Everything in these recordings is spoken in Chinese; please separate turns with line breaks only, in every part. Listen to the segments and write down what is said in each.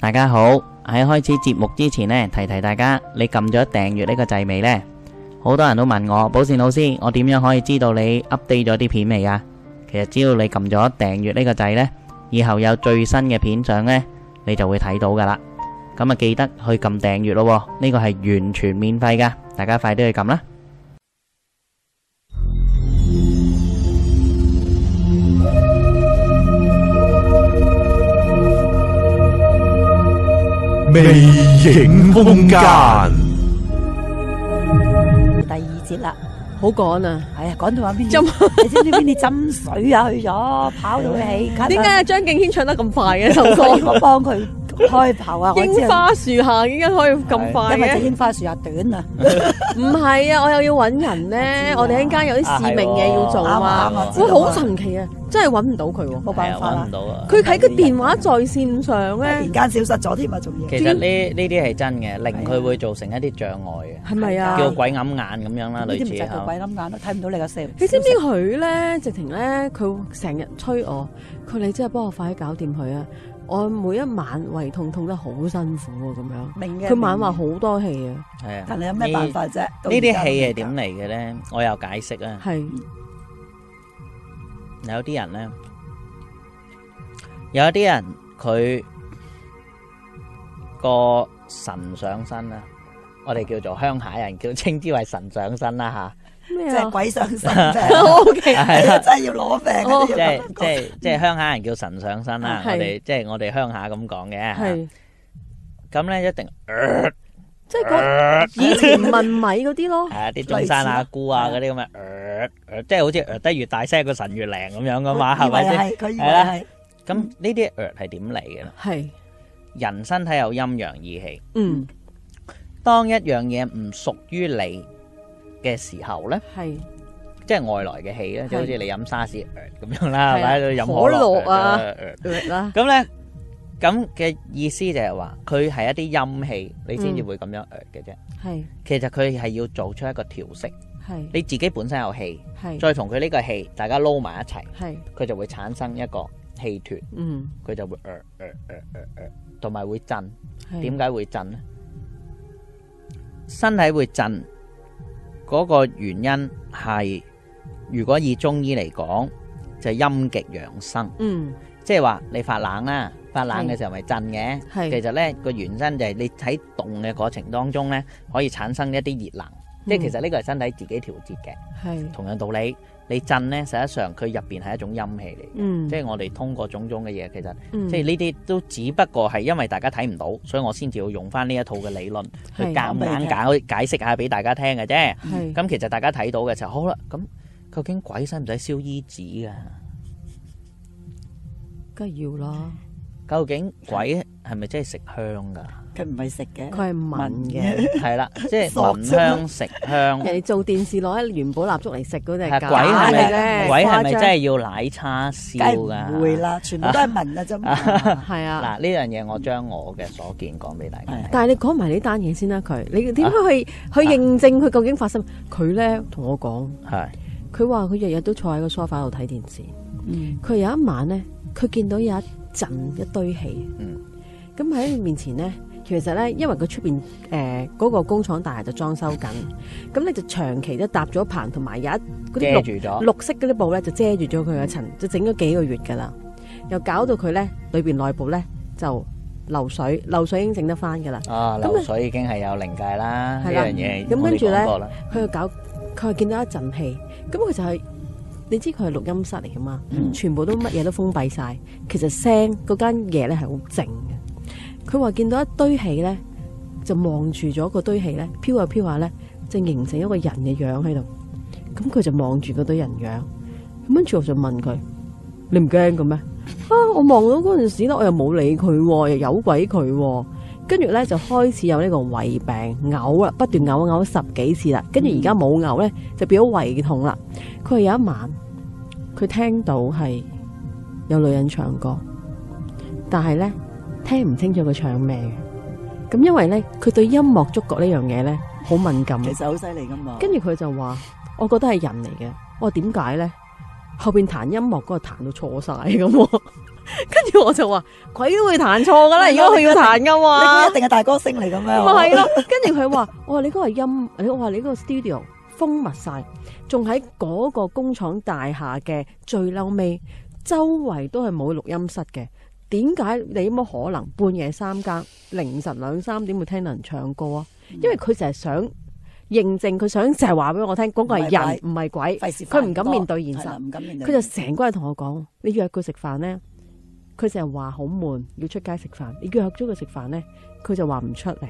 大家好，喺開始節目之前呢，提提大家，你撳咗訂閱呢個掣未呢？好多人都問我，寶善老師，我點樣可以知道你 update 咗啲片未啊？其實只要你撳咗訂閱呢個掣呢，以後有最新嘅片相呢，你就會睇到噶啦。咁啊，記得去撳訂閱咯喎，呢個係完全免費噶，大家快啲去撳啦！
魅影空間，
第二節啦，
好趕啊！
係啊，講到話邊
針
你知唔知邊啲斟水啊？去咗跑到氣咳啊，
點解張敬軒唱得咁快嘅首
所以
歌？
我幫佢開頭 啊？我知
櫻花樹下點解可以咁快
因為隻
嘅？
櫻花樹啊短啊，
唔係啊，我又要揾人咧，
我
我
知啊
哋一陣間有啲使命嘢要做
啱啊
啊
啱
嘛
啊。知道
哇，
啊
好神奇啊！真係揾唔到佢喎，
冇辦法啦。
到啊
佢喺個電話在線上
突
咧
然，間消失咗添啊，仲要
其實呢呢啲係真嘅，令佢會造成一啲障礙嘅，
係咪啊
叫？
叫鬼揞眼咁啊樣啦，
呢
類
啲
似
咪就係個
係
鬼冧眼咯，睇唔到你個笑。
你知唔知佢咧？直情咧，佢成日催我，佢你真係幫我快啲搞掂佢啊！我每一晚胃痛痛得好辛苦啊，咁樣。
明嘅？
佢晚話
明嘅，
好多氣啊，
係啊。
但係有咩
呢
辦法啫？呢
呢啲戲係點嚟嘅呢？我有解釋啊。
係
有啲人呢，有啲人佢個神上身啦，我哋叫做鄉下人叫稱之為神上身啦
咩
即係
啊
鬼上身
？O
啫，
K
吓，係啦
真係要攞命嗰啲
哦
即
要
係即係即係鄉下人叫神上身啦，
係
我哋即係我哋鄉下咁講
啊
嘅嚇。
係。
咁呢，一定
即係嗰以前問米嗰啲咯
係，啊，啲中山阿姑啊嗰啲咁嘅，呃呃即係好似呃得越大聲個神越靈咁樣噶嘛，係咪先？？
佢以為
係啦
係
咁呢啲呃係點嚟嘅咧？
係
人身體有陰陽二氣，
嗯
當一樣嘢唔屬於你嘅時候咧，
係
即係外來嘅氣咧，
係
就好似你飲沙士呃咁樣啦，
係啊
係咪？你飲可
可樂啊
呃呃
略啦，
咁咧咁嘅意思就係話，佢係一啲陰氣，你先至
嗯
會咁樣呃嘅啫。
係
其實佢係要做出一個調適，
係
你自己本身有氣，
係
再同佢呢個氣大家撈埋一齊。
係
佢就會產生一個氣團，
嗯
佢就會呃呃呃呃呃，同埋會震。
係
點解會震呢？身體會震嗰、個原因係，如果以中醫嚟講，就係陰極陽生，
嗯
即係話你發冷啦，發冷嘅時候咪震嘅。其
係
實呢個原因就係你喺動嘅過程當中呢，可以產生一啲熱能，即係
嗯
其實呢個係身體自己調節嘅。
係
同樣道理，你震呢，實際上佢入邊係一種陰氣嚟嘅。
嗯
即係我哋通過種種嘅嘢，其實
嗯
即係呢啲都只不過係因為大家睇唔到，所以我先至要用翻呢一套嘅理論去
係
夾硬解解釋下俾大家聽嘅啫。
係
咁其實大家睇到嘅時候，好啦，咁究竟鬼使唔使燒衣紙
梗係要啦，
噶？究竟鬼係咪真係食香噶？
佢唔係食
嗯
嘅，
佢係聞嘅，
嘅。
係啦，即係
索
聞香食香。
人哋做電視攞一元寶蠟燭嚟食嗰啲
係
係
鬼
假
係
嘅
咪
啫，啊
鬼係咪真
誇
係要奶叉燒
梗係
㗎？
唔會啦，全部都係文啊啫嘛。
張係啊？
嗱，呢樣嘢我將我嘅所見講俾大家聽。
但係你講埋呢單嘢先啦，佢你點
啊
樣去去認證佢究竟發生？佢咧同我講，
係
佢話佢日日都坐喺個 sofa 度睇電視。
嗯，
佢有一晚咧，佢見到有一陣一堆氣，
嗯
咁喺佢面前咧，其實咧，因為佢出邊誒嗰個工廠大廈就裝修緊，咁咧就長期都搭咗棚，同埋有一嗰啲
遮
綠
住咗。
綠色嗰啲布咧就遮住咗佢嘅層，就整咗幾個月噶啦，又搞到佢咧裏邊內部咧就漏水，漏水已經整得翻噶啦，
啊，
咁
流水已經係有靈界啦，呢
係啦
樣嘢
咁
我
跟
哋
住呢
講過啦。
佢又搞佢又見到一陣氣，咁佢就係、你知佢係錄音室嚟噶嘛，全部都乜嘢都封閉晒，其實聲嗰間嘢咧係好靜嘅。佢話見到一堆氣咧，就望住咗嗰堆氣咧，飄啊下飄下咧，就形成一個人嘅樣喺度。咁佢就望住嗰堆人樣，咁跟住我就問佢：你唔驚嘅咩？啊！我望到嗰陣時咧，我又冇理佢喎，又有鬼佢喎。跟住咧就開始有呢個胃病嘔啦，不斷嘔嘔十幾次啦。跟住而家冇嘔咧，就變咗胃痛啦。佢話有一晚，佢聽到係有女人唱歌，但係咧聽唔清楚佢唱咩嘅。咁因為咧，佢對音樂觸覺呢樣嘢咧好敏感。
其實好犀利噶嘛。
跟住佢就話：我覺得係人嚟嘅。我話點解呢？後邊彈音樂嗰個彈到錯晒咁喎， 跟住我就話鬼都會彈錯噶啦，而家佢要彈噶嘛。
你估一定係大歌星嚟嘅咩？
咪係咯，跟住佢話：我話你嗰個音，你我話你嗰個 studio 封密晒，仲喺嗰個工廠大廈嘅最嬲尾，周圍都係冇錄音室嘅。點解你有冇可能半夜三更、凌晨兩三點會聽到人唱歌啊？因為佢就係想認證，佢想就係話俾我聽，嗰、個係人唔係鬼。
費事
佢唔敢面對現實
係啦唔敢面對
佢就成個人同我講：你約佢食飯咧，佢成日話好悶，要出街食飯。你約咗佢食飯咧，佢就話唔出嚟。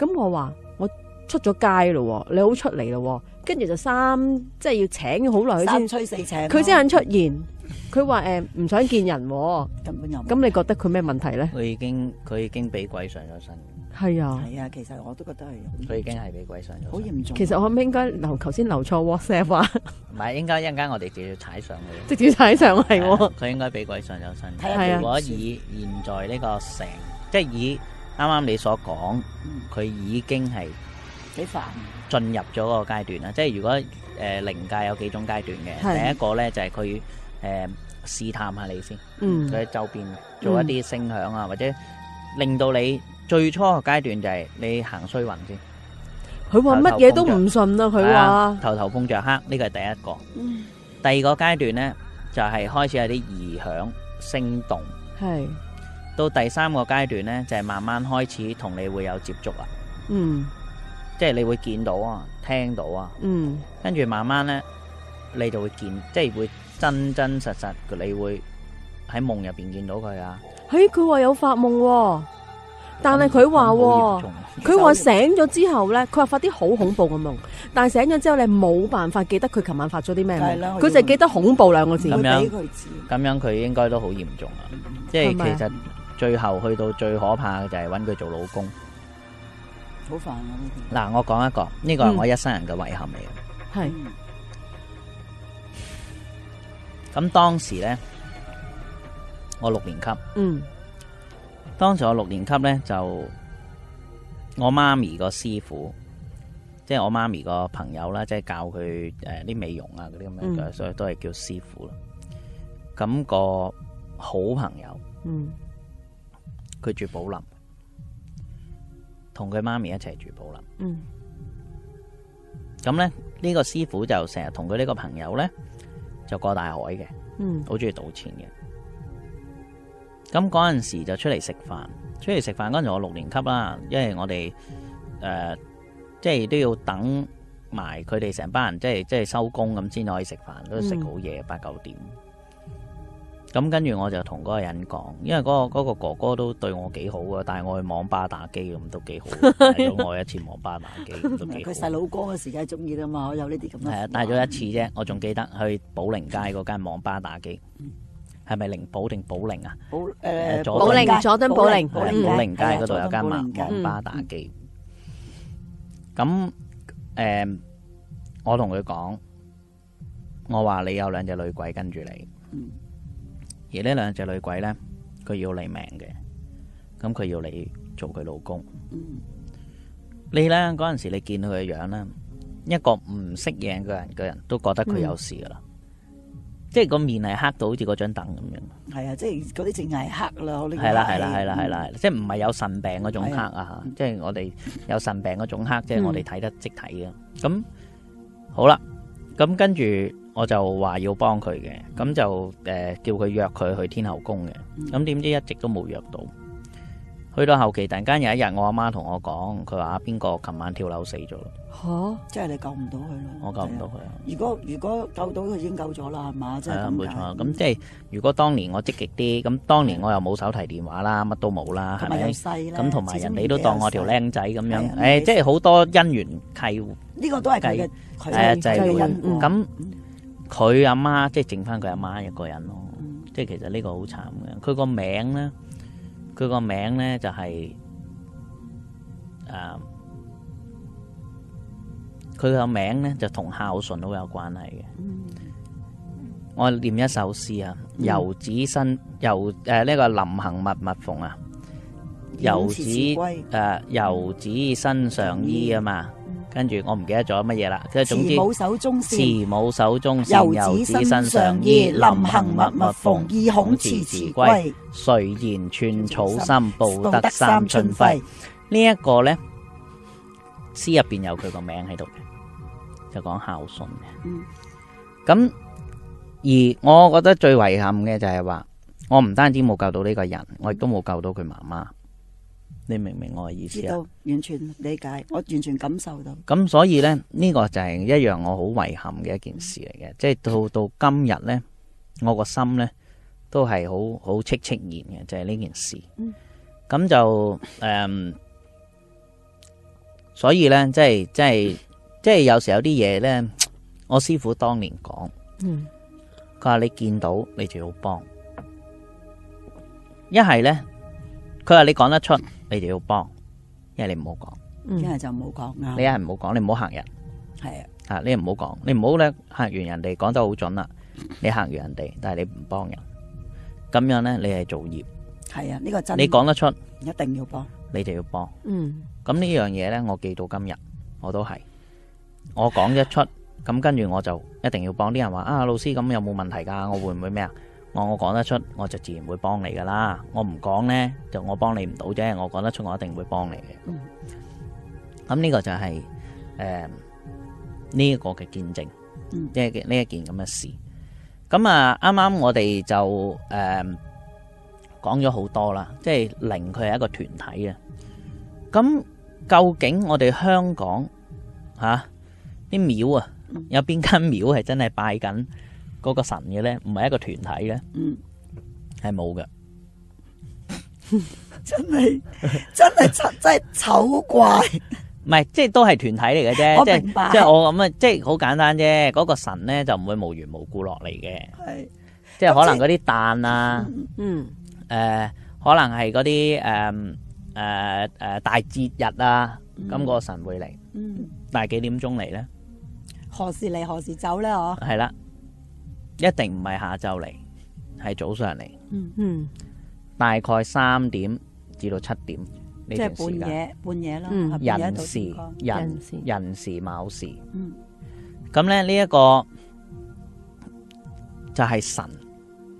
咁我話我出咗街咯喎，你好出嚟咯喎，跟住就三即係要請好耐佢
三
先，
催四請咯，
佢先肯出現。佢話誒唔想見人喎，
根本又冇
咁你覺得佢咩問題咧？
佢已經佢已經俾鬼上咗身，
係啊，
係啊，其實我都覺得係
佢已經係俾鬼上
好
咗身。
嚴重。
其實我可唔應該留頭先留錯 WhatsApp 啊，
唔係應該一陣間我哋就要踩上去。啊
直接睇上嚟喎。啊
佢應該俾鬼上咗身。
睇
下點
如果以現在呢個成，即係以啱啱你所講，佢已經係
幾煩，
進入咗嗰個階段啦。即係如果誒、呃、靈界有幾種階段
係
嘅，第一個咧就係佢誒試探下你先，
嗯
佢喺周邊做一啲聲響啊，或者令到你最初嘅階段就係你行衰運先。
佢話乜嘢都唔信啦，佢
係
話
啊頭頭碰着黑，呢個係第一個。
嗯
第二個階段呢，就係、開始有啲異響聲動。
係
到第三個階段呢，就係、慢慢開始同你會有接觸啦，
嗯
即係你會見到啊、聽到啊，
嗯
跟住慢慢呢，你就會見，啊即係會真真實實，你會喺夢入邊見到佢啊。
嘿，佢話有發夢、喎，但係佢話
好嚴
喎，
重啊
佢話醒咗之後咧，佢話發啲好恐怖嘅夢，但係醒咗之後你冇辦法記得佢琴晚發咗啲咩
係
夢
啦，
佢就係記得恐怖兩個字
咁。
會
樣
俾佢知。
咁樣佢應該都好嚴重啊！即
係咪啊
係其實最後去到最可怕嘅就係揾佢做老公。
好煩啊！呢啲
嗱，我講一個，呢個係我一生人嘅遺憾嚟嘅。
係
嗯
咁當時呢，我六年級，
嗯
當時我六年級呢，就我媽咪個師傅，即係我媽咪個朋友啦，即係教佢誒啲美容啊嗰啲咁樣嘅，
嗯
所以都係叫師傅啦。咁、個好朋友
嗯
佢住寶林，同佢媽咪一齊住寶林。
嗯
咁呢，呢、個師傅就成日同佢呢個朋友呢，就過大海嘅。
嗯
好中意賭錢嘅。咁嗰陣時就出嚟食飯，出嚟食飯嗰陣時我六年級啦，因為我哋誒、呃即係都要等埋佢哋成班人，即係即係收工咁先可以食飯，都
嗯
食好夜八九點。咁跟住我就同嗰個人講，因為嗰、個嗰個哥哥都對我幾好嘅，帶我去網吧打機咁都幾好，帶咗我一次網吧打機咁都幾好。啊
佢細佬哥嗰時梗係中意啦嘛，有呢啲咁
係啊，
嘅。
帶咗一次啫，我仲記得去寶靈街嗰間網吧打機，係咪靈寶定寶靈啊？
保誒
佐敦
街
佐敦保齡
寶
保
嗯
靈
齡
街啊嗯嗰度有間網
保
網吧打機。咁誒，我同佢講，我話你有兩隻女鬼跟住
嗯
你，而呢兩隻女鬼呢，佢要你命嘅，咁佢要你做佢老公。
嗯
你呢嗰陣時，你見到佢嘅樣呢，一個唔識嘢嘅人嘅人都覺得佢有事噶啦，即係個面係黑到好似嗰張凳咁樣，
係啊，即係嗰啲淨係黑啦，我呢個
係啦係啦係啦係啦，即係唔係有腎病嗰種黑啊
嗯
即係我哋有腎病嗰種黑，即係我哋睇得即睇嘅。咁好啦，咁跟住我就話要幫佢嘅，咁就誒、呃叫佢約佢去天后宮嘅，咁點知一直都冇約到。去到後期，突然間有一日，我阿媽同我講，佢話啊邊個琴晚跳樓死咗咯
吓
即係你救唔到佢咯。
我救唔到佢啊！
如果如果救到佢已經救咗啦，係嘛？即
係
係
啊，
咁
冇
解
錯。咁即係如果當年我積極啲，咁當年我又冇手提電話啦，乜都冇啦，係
同埋又
咪？
細啦，
咁同埋
始終
人
年
哋都
紀
當
又
我條
細
僆仔咁
係
樣，
啊
誒，即係好多姻緣契會
呢個都係啊佢嘅
誒
佢
係
就係
就係
會
人嗯
咁。佢阿媽即係剩翻佢阿媽一個人咯，即係其實呢個好慘嘅。佢個名咧，佢個名咧就係誒，佢個名咧就同孝順好有關係嘅。我念一首詩啊，游子身游誒呢個臨行密密縫啊，游子呃
遠似是歸
誒游子身上衣啊嘛，跟住我唔記得咗乜嘢啦，即係總
慈母
之
手中線。
慈母手中線，
游
游子
子身
身
上
上
衣，
衣，
臨
臨
行
行
密
密
密
密
縫
縫，，
意
意
恐
恐
遲
遲遲
遲歸
歸。。誰言寸草生，
報
報
得
得
三
三春
春暉
暉。呢一個呢，詩入邊有佢個名喺度嘅，就講孝順
嗯
嘅。咁、而我覺得最遺憾嘅就係話，我唔單止冇救到呢個人，我亦都冇救到佢媽媽。你明唔明我嘅意
知
思啊？
道，完全理解，我完全感受到。
咁所以呢，呢、個就係一樣我好遺憾嘅一件事嚟嘅，即係到到今日呢，我個心呢都係好好戚戚然嘅，就係、呢件事。
嗯
咁就誒、所以呢，即係即係即係有時有啲嘢呢，我師傅當年講，
嗯
佢話你見到你就要幫，一係呢，佢話你講得出你就要幫，一係你唔好
嗯
一係就冇講
講，你
啱，
一係唔好講，你唔好嚇人。
係啊，
啊，你唔好講，你唔好咧嚇完人哋講得好準啦，你嚇完人哋，但係你唔幫人，咁樣咧你係造業。
係啊，呢個真。
你講得出，
一定要幫，
你就要幫。
嗯
咁呢樣嘢咧，我記到今日，我都係，我講一出，咁跟住我就一定要幫。啲人話啊，老師咁有冇問題㗎？我會唔會咩啊？我我講得出，我就自然會幫你㗎啦。我唔講呢，就我幫你唔到啫。我講得出，我一定會幫你嘅
嗯。
咁呢個就係誒呢一個嘅見證，
嗯
即係呢一件咁嘅事。咁啊，啱啱我哋就誒、講咗好多啦，即係靈佢係一個團體啊。咁究竟我哋香港吓啲廟啊
嗯，
有邊間廟係真係拜緊嗰個神嘅咧？唔係一個團體咧，
嗯，
係冇嘅。
真係 真係醜真係醜怪，
唔係，即係都係團體嚟嘅
我
啫，即係
明白
即係我咁啊，即係好簡單啫。嗰、個神咧就唔會無緣無故落嚟嘅，
哦係
即係可能嗰啲蛋啊，
嗯
誒、可能係嗰啲誒誒誒大節日啊，咁、個神會嚟，
嗯，
但係幾點鐘嚟咧？
何時嚟何時走咧？嗬，
係啦，一定唔係下晝嚟，係早上嚟，
嗯
大概三點至到七點呢
即係
段時
半
間。
夜半夜啊啦，係
嗯
半夜
人
到
事
天光
人
人事
人事卯事，
嗯
咁咧呢一個就係神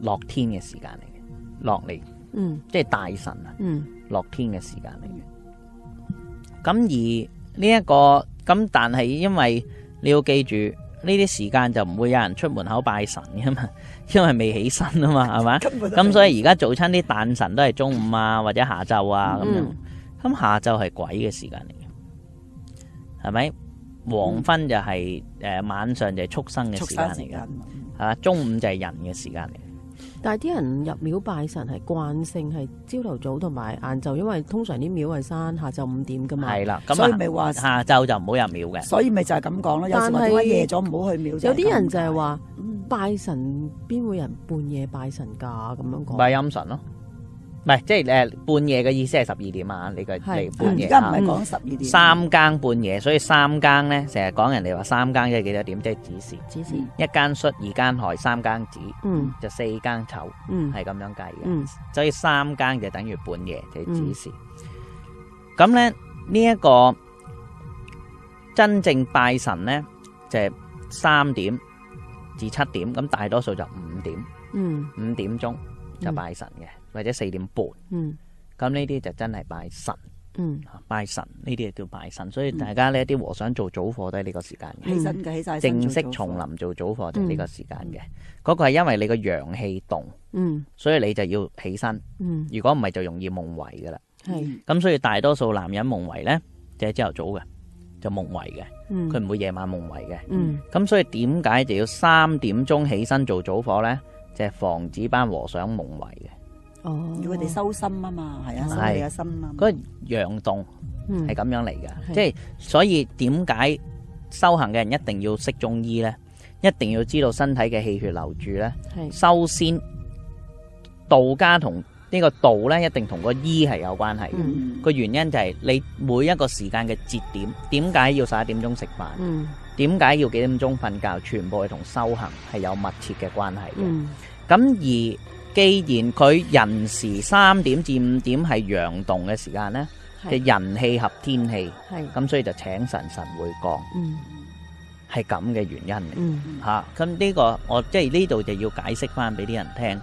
落天嘅時間嚟嘅，落嚟
嗯
即係大神啊！
嗯
落天嘅時間嚟嘅。咁而呢、一個咁，但係因為你要記住呢啲時間就唔會有人出門口拜神噶嘛， 因為未起身啊 嘛，係嘛？
根本都
咁所以而家做親啲誕神都係中午啊或者下晝啊咁樣
嗯，
咁下晝係鬼嘅時間嚟嘅，係咪？黃昏就係、呃晚上就係畜生嘅
畜
時間嚟
生時
嘅，
嗯
間，
係嘛？中午就係人嘅時間嚟嘅。
但係啲人入廟拜神係慣性係朝頭早同埋晏晝，因為通常啲廟係閂下晝五點㗎嘛。
係啦，
所以
咁
咪
啊
話
下晝就唔好入廟嘅。
所以咪就係咁講咯。有時話
但係
點解夜咗唔好去廟？
有啲人就
係
係
咁
話
解，嗯
拜神邊會人半夜拜神㗎咁樣
唔
講。
係陰神咯，唔係即係誒半夜嘅意思係十二點啊，你個
係
嚟半
而
夜
家唔係
啊，
講十二點，
嗯
三更半夜，所以三更咧成日講人哋話三更即係幾多點，即係子時，
指示。
一更戌，二更亥，三更子，
嗯
就四更丑，
嗯
係咁樣計嘅，
嗯
所以三更就等於半夜，就係子時。
嗯
咁咧呢一個真正拜神咧，就係三點至七點，咁大多數就五點
嗯
五點鐘就
嗯
拜神嘅，或者四點半。
嗯
咁呢啲就真係拜神，
嗯
拜神呢啲就叫拜神。所
嗯
以大家呢啲和尚做早課都係呢個時間嘅，
起身嘅起晒身
嗯正式
做
叢
早課嗯
林做早課就係呢個時間嘅。嗰、個係因為你個陽氣動，
嗯
所以你就要起身。
嗯
如果唔係就容易夢遺噶啦。
係
咁所以大多數男人夢遺呢，就係朝頭早嘅就夢遺嘅，
嗯
佢唔會夜晚夢遺嘅。
嗯
咁所以點解就要三點鐘起身做早課呢？就係、防止班和尚夢遺嘅。
哦，
要佢哋收心啊嘛，係啊，收
嗯係
你嘅心啊嘛。
嗰、個陽動。
嗯
係咁樣嚟嘅，
係
即係所以點解修行嘅人一定要識中醫呢？一定要知道身體嘅氣血流注呢。
係
修仙道家同呢個道呢，一定同個醫係有關係嘅。
嗯
個原因就係你每一個時間嘅節點，點解要十一點鐘食飯？
嗯
點解要幾點鐘瞓覺？全部係同修行係有密切嘅關係嘅。
嗯
咁而既然佢人時三點至五點係陽動嘅時間呢，
係
嘅人氣合天氣，
係，
咁所以就請神神會降，
嗯
係咁嘅原因嚟。
嗯
吓，咁呢、個我即係呢度就要解釋翻俾啲人聽，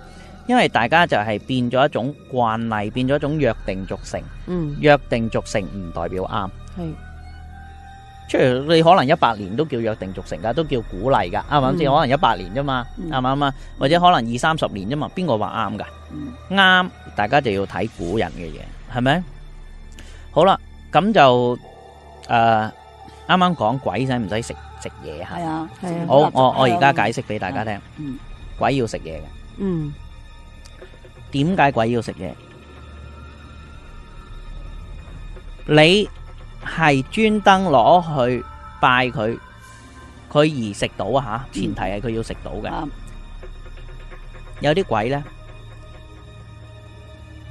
因為大家就係變咗一種慣例，變咗一種約定俗成，
嗯，
約定俗成唔代表啱。
係
即係你可能一百年都叫約定俗成㗎，都叫鼓勵㗎，啱唔啱先？
嗯
可能一百年啫嘛，
嗯
啱唔啱啊？或者可能二三十年啫嘛，邊個話啱㗎？
嗯
啱，大家就要睇古人嘅嘢，係咪？好啦，咁就誒啱啱講鬼使唔使食食嘢
係
係？
啊，
係啊
好，我我而家解釋俾大家聽
嗯，
鬼要食嘢嘅。
嗯
点解鬼要食嘢？你系专登攞去拜佢，佢而食到啊吓，前提系佢要食到嘅。
啱
有啲鬼呢，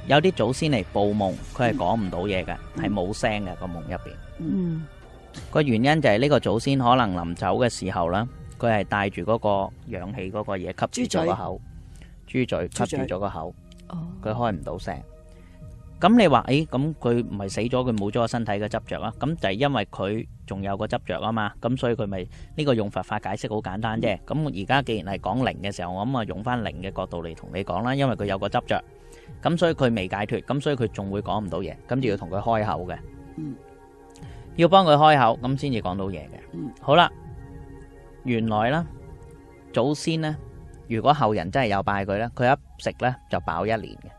有啲祖先嚟報夢，佢係講唔到嘢嘅，
嗯
係冇聲嘅個夢入边。
嗯
個原因就係呢個祖先可能臨走嘅時候啦，佢係帶住嗰個氧氣嗰個嘢吸住咗個
豬嘴
口，豬嘴
豬
吸住
嘴
咗個口。
哦，
佢開唔到聲。咁你話，誒咁佢唔係死咗，佢冇咗個身體嘅執着啊？咁就係因為佢仲有個執着啊嘛，咁所以佢咪呢個用佛法解釋好簡單啫。咁而家既然係講靈嘅時候，我咁啊用翻靈嘅角度嚟同你講啦，因為佢有個執着，咁所以佢未解脱，咁所以佢仲會講唔到嘢，咁就要同佢開口嘅，
嗯
要幫佢開口，咁先至講到嘢嘅。
嗯
好啦，原來啦，祖先呢，如果後人真係有拜佢呢，佢一食呢就飽一年嘅。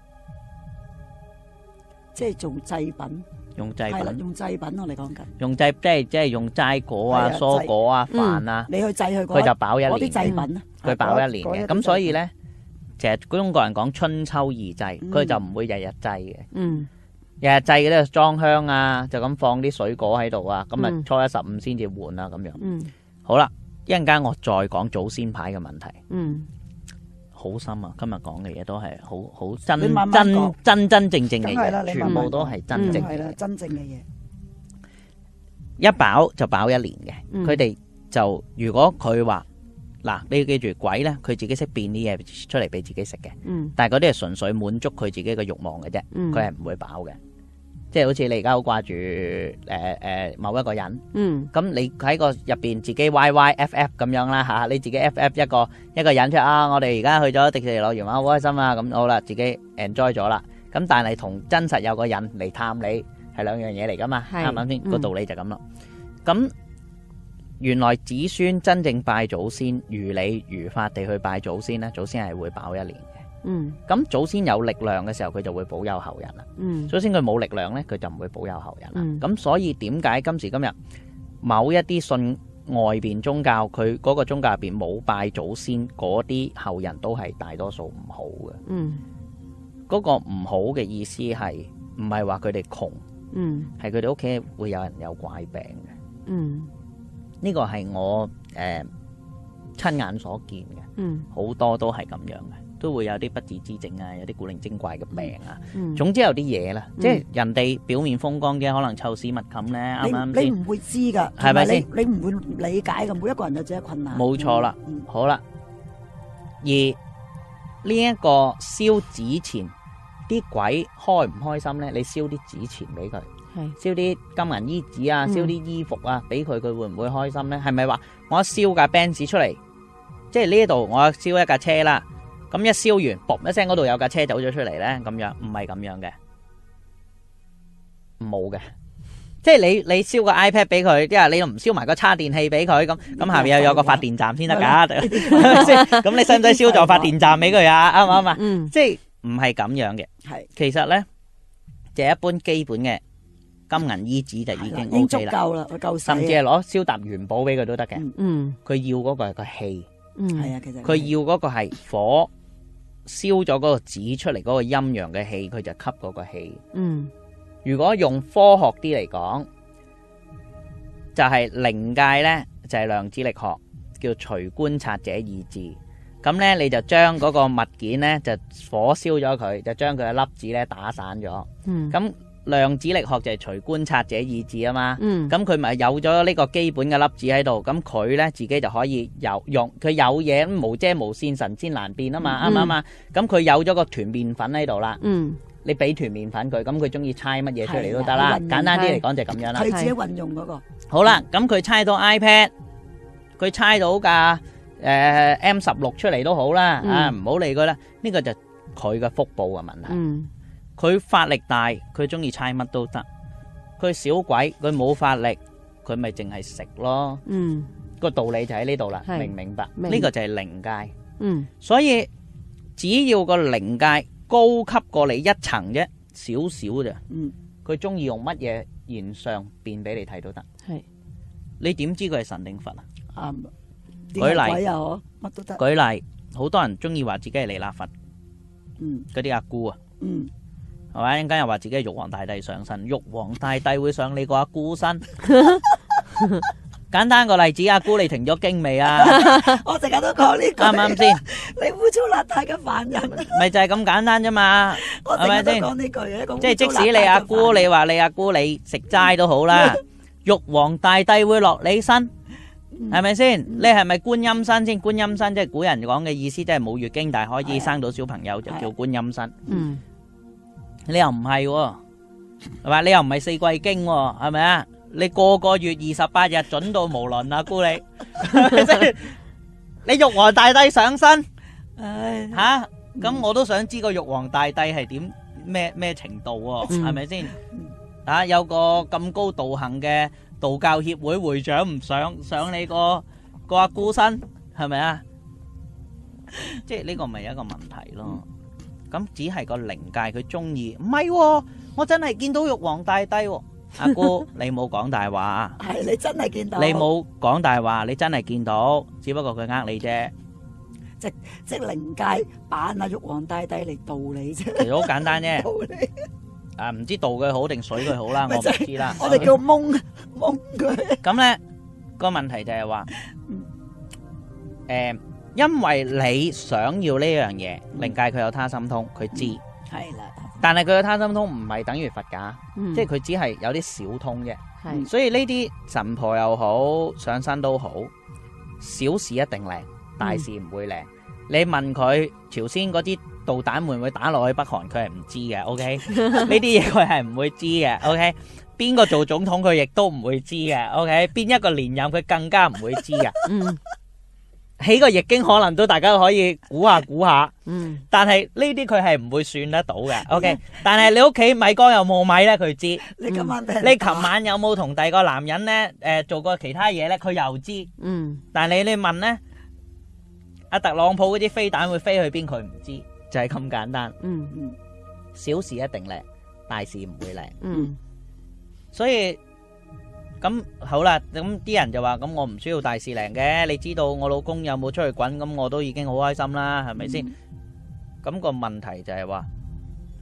即係做製品，
用製
係啦，
品，
用製品我哋講緊，
用製即係即係用齋果啊、
係啊
蔬果啊、
嗯
飯啊，
你去製佢嗰
佢就飽
嗰
一
啲
年，
製品啊，
佢飽一年
嗰
嘅。
一啲
咁所以
製
呢，其實中國人講春秋二制，
嗯
佢就唔會日日制嘅。
嗯
日日制嘅咧裝香啊，就咁放啲水果喺度啊，咁啊
嗯
初一十五先至換啊咁樣。
嗯
好啦，一陣間我再講祖先牌嘅問題。
嗯
好深啊！今日講嘅嘢都係好好真
你慢慢講
真真真正正嘅
梗係啦
嘢，
你
全
慢慢
部都係真正
講
品，
嗯
嘅
係
嘢
啦，真正嘅嘢，
一飽就飽一年嘅，
嗯
佢哋、就如果佢話嗱，你要記住鬼呢，佢自己識變啲嘢出嚟俾自己食嘅，
嗯
但係嗰啲係純粹滿足佢自己嘅慾望嘅啫，
嗯，
佢係唔會飽嘅。即係好似你而家好掛住誒誒某一個人，
嗯
咁你喺個入邊自己 Y Y F F 咁樣啦嚇、 你自己 F F 一個一個人出啊，我哋而家去咗迪士尼樂園玩好開心啊，咁好啦，自己 enjoy 咗啦。咁但係同真實有個人嚟探你係兩樣嘢嚟噶嘛，
係
啱唔啱先？
嗯
個道理就咁啦。咁原來子孫真正拜祖先，如理如法地去拜祖先咧，祖先係會飽一年嘅。
嗯
咁祖先有力量嘅時候，佢就會保佑後人啦。
嗯
首先佢冇力量咧，佢就唔會保佑後人啦
嗯。
咁、所以點解今時今日某一啲信外邊宗教，佢嗰個宗教入邊冇拜祖先嗰啲後人都係大多數唔好嘅。
嗯
嗰、個唔好嘅意思係唔係話佢哋窮，
嗯
係佢哋屋企會有人有怪病嘅。
嗯
呢個係我誒、呃、親眼所見嘅。
嗯
好多都係咁樣嘅，都會有啲不治之症啊，有啲古靈精怪嘅病啊，
嗯
總之有啲嘢啦，
嗯
即係人哋表面風光嘅，可能臭屎密冚咧，啱唔啱
你
先？
你唔會知㗎，
係咪先
同埋你你唔會理解㗎，每一個人有自己嘅困難，
冇錯啦
嗯，
好啦，而呢一個燒紙錢，啲鬼開唔開心咧？你燒啲紙錢俾佢，
係
燒啲金銀衣紙啊，
嗯
燒啲衣服啊，俾佢，佢會唔會開心咧？係咪話我一燒架 Benz 出嚟，即係呢度我燒一架車啦，咁一燒完，嘣一聲嗰度有架車走咗出嚟咧，咁樣唔係咁樣嘅，冇嘅。即係你你燒個 iPad 俾佢，即係你又唔燒埋個叉電器俾佢，咁咁下面又有個發電站先得㗎， 係咪先咁你使唔使燒座發電站俾佢啊？啱唔啱啊？
嗯
即係唔係咁樣嘅。
係
其實咧，就一般基本嘅金銀衣紙就已
係啦
經
已經
O
足
K 啦，
夠啦，佢夠使啊
甚至係攞燒沓元寶俾佢都得嘅。
嗯
嗯
佢要嗰個係個氣，
嗯
係啊，其實
佢要嗰個係火燒咗嗰個紙出嚟嗰個陰陽嘅氣，佢就吸嗰個氣。
嗯
如果用科學啲嚟講，就係、靈界呢，就係、量子力學，叫隨觀察者意志。咁呢，你就將嗰個物件呢，就火燒咗佢，就將佢嘅粒子呢打散咗。
嗯
咁啊量子力學就係隨觀察者意志啊嘛。
嗯
咁佢咪有咗呢個基本嘅粒子喺度，咁佢呢自己就可以有用，佢有嘢無遮無線，神仙難辨啊嘛，啱唔啱啊？咁佢有咗個團麵粉喺度啦，
嗯
你俾團麵粉佢，咁佢中意猜乜嘢出嚟都得
係
啦
啊。
簡單啲嚟講就係咁樣啦。
佢自己運用嗰個，
好啦，咁佢猜到 iPad，佢猜到架诶 M 十六出嚟都好啦，
嗯
啊唔好理佢啦，呢個就佢嘅福報嘅問題。
嗯，
佢法力大，佢中意猜乜都得。佢小鬼，佢冇法力，佢咪淨係食咯。
嗯，
個道理就喺呢度啦，
係
明唔明白？
明
呢個就係靈界，
嗯，
所以只要個靈界高級過你一層啫，少少啫，
嗯，
佢中意用乜嘢現象變俾你睇都得。
係，
你點知佢係神定佛啊？
啱。
舉例
啲鬼又好乜都得，
舉例，好多人中意話自己係彌勒佛
嗯
嗰啲阿姑啊，
嗯，
係咪？一陣間又話自己係玉皇大帝上身，玉皇大帝會上你個阿姑身。 簡單個例子，阿姑你停咗經未啊？
我成日都講呢個，
啱唔啱先？
你污糟邋遢嘅凡人，
咪 就係咁簡單啫嘛。
我成日都
係咪先
講呢句嘅，一個污糟邋遢嘅
即係即使你阿姑，
凡人
你話你阿姑你食齋都好啦，玉皇大帝會落你身，係咪先？你係咪觀音身先？觀音身即係古人講嘅意思，即係冇月經但係可以
係啊
生到小朋友就
係啊
叫觀音身。
嗯，
你又唔係喎，係咪？你又唔係四季經喎，係咪啊？你個個月二十八日準到無倫啊，姑你， 係咪先你玉皇大帝上身
唉，
吓，咁、我都想知個玉皇大帝係點咩咩程度喎、
嗯
係咪先？啊，有個咁高道行嘅道教協會會長唔上上你個個阿姑身，係咪啊？ 即係呢個咪一個問題咯。咁只係個靈界佢中意，唔係喎，我真係見到玉皇大帝喎、阿 姑你冇講大話啊，
係你真係見到，
你冇講大話，你真係見到，只不過佢呃你啫。
即係靈界扮啊玉皇大帝嚟道你 啫，
其實好簡單啫，
道你，
啊唔知道佢好定水佢好啦，我
咪就
唔
係
知啦。
我哋叫蒙蒙佢，
咁咧個問題就係話
嗯，
誒、因為你想要呢樣嘢，
嗯
靈界佢有他心通，佢知，
係啦，
但係佢嘅他心通唔係等於佛㗎，
嗯，
即係佢只係有啲小通啫。
係，
所以呢啲神婆又好，上身都好，小事一定靚，大事唔會靚。你問佢朝鮮嗰啲導彈會唔會打落去北韓，佢係唔知嘅。OK，呢啲嘢佢係唔會知嘅。OK，邊個做總統佢亦都唔會知嘅。OK，邊一個連任佢更加唔會知嘅。
嗯，
起個易經可能都大家可以估下估下。
嗯，
但係呢啲佢係唔會算得到嘅，OK。但係你屋企米缸有冇米呢？佢知。
你今晚俾人
你琴晚有冇同第二個男人呢？誒、做過其他嘢呢？佢又知。
嗯，
但係你你問呢，阿特朗普嗰啲飛彈會飛去邊？佢唔知，就係、咁簡單。
嗯，
嗯
小事一定靚，大事唔會靚。
嗯，
所以咁好啦，咁啲人就話咁我唔需要大事靚嘅，你知道我老公有冇出去滾，咁我都已經好開心啦，係咪先？咁、個問題就係話，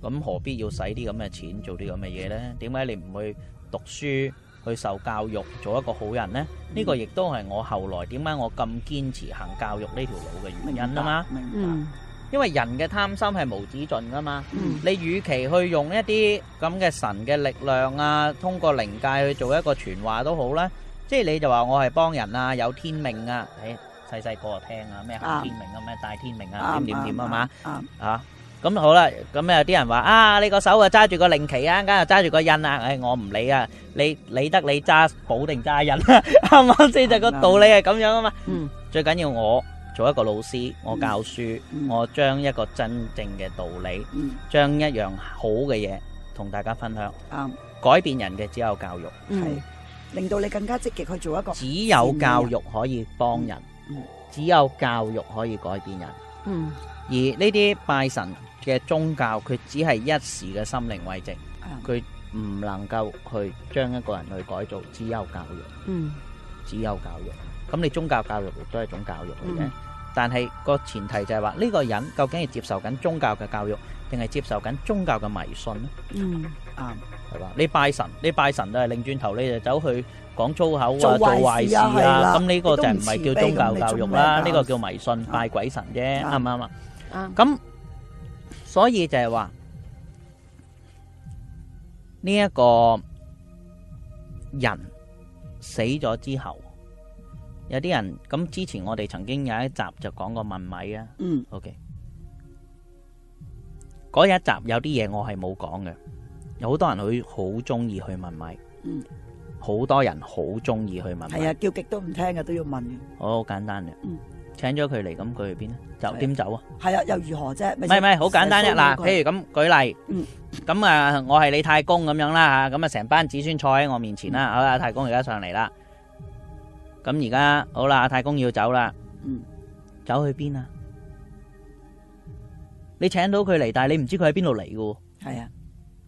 咁何必要使啲咁嘅錢做啲咁嘅嘢呢？點解你唔去讀書？去受教育，做一個好人呢？呢、個亦都係我後來點解我咁堅持行教育呢條路嘅原因啊嘛。，
明
嗯，
因為人嘅貪心係無止盡噶嘛。
Ừ.
嗯，
你與其去用一啲咁嘅神嘅力量啊，通過靈界去做一個傳話都好啦，即係你就話我係幫人啊，有天命啊，誒細細個就聽啊，咩行天命啊，咩大天命啊，
白
點點點啊嘛，
啱，
啊咁好啦，咁有啲人話啊，你個手啊揸住個令旗啊，一間又揸住個印啊，誒、我唔理啊，你理得你揸寶定揸印啊， 啱唔啱先？就個道理係咁樣啊嘛。
嗯，
最緊要我做一個老師，我教書，
嗯
我將一個真正嘅道理。
嗯
將一樣好嘅嘢同大家分享。
啱，
改變人嘅只有教育，
嗯
係，令到你更加積極去做一個，
只有教育可以幫人
嗯，
只有教育可以改變人。
嗯，
而呢啲拜神嘅宗教，佢只係一時嘅心靈慰藉，
啱
佢唔能夠去將一個人去改造，只有教育。
嗯，
只有教育。咁你宗教教育亦都係一種教育嚟嘅，
嗯
但係個前提就係話呢個人究竟係接受緊宗教嘅教育，定係接受緊宗教嘅迷信呢？
嗯，
啱，
係嘛？你拜神，你拜神都係擰轉頭，你就走去講粗口啊，做
做
壞
壞
事
事啊係
啊，
啦
咁呢個就唔係叫宗教教育啦，
你都唔慈悲咁你做咩㗎啊
呢個叫迷信拜鬼神啫，
啱
啱唔啱啊？
啱，
咁所以就係話呢一個人死咗之後，有啲人咁之前我哋曾經有一集就講過問米啊
嗯
，OK，嗰一集有啲嘢我係冇講嘅，有好多人佢好中意去問米，
嗯，
好多人好中意去問米
係，啊，叫極都唔聽嘅都要問嘅，
好簡單嘅
嗯。
請咗佢嚟，咁佢去邊咧？
係
就
啊
點走啊？
係啊，又如何啫？
唔
咪
係唔係，好簡單啫。嗱，
成日
譬如咁舉例
嗯，
咁啊，我係你太公咁樣啦嚇，咁啊成班子孫坐喺我面前啦，好啦，太公而家上嚟啦，咁而家好啦，太公要走啦，
嗯
走去邊啊？你請到佢嚟，但係你唔知佢喺邊度嚟嘅喎。
都係啊，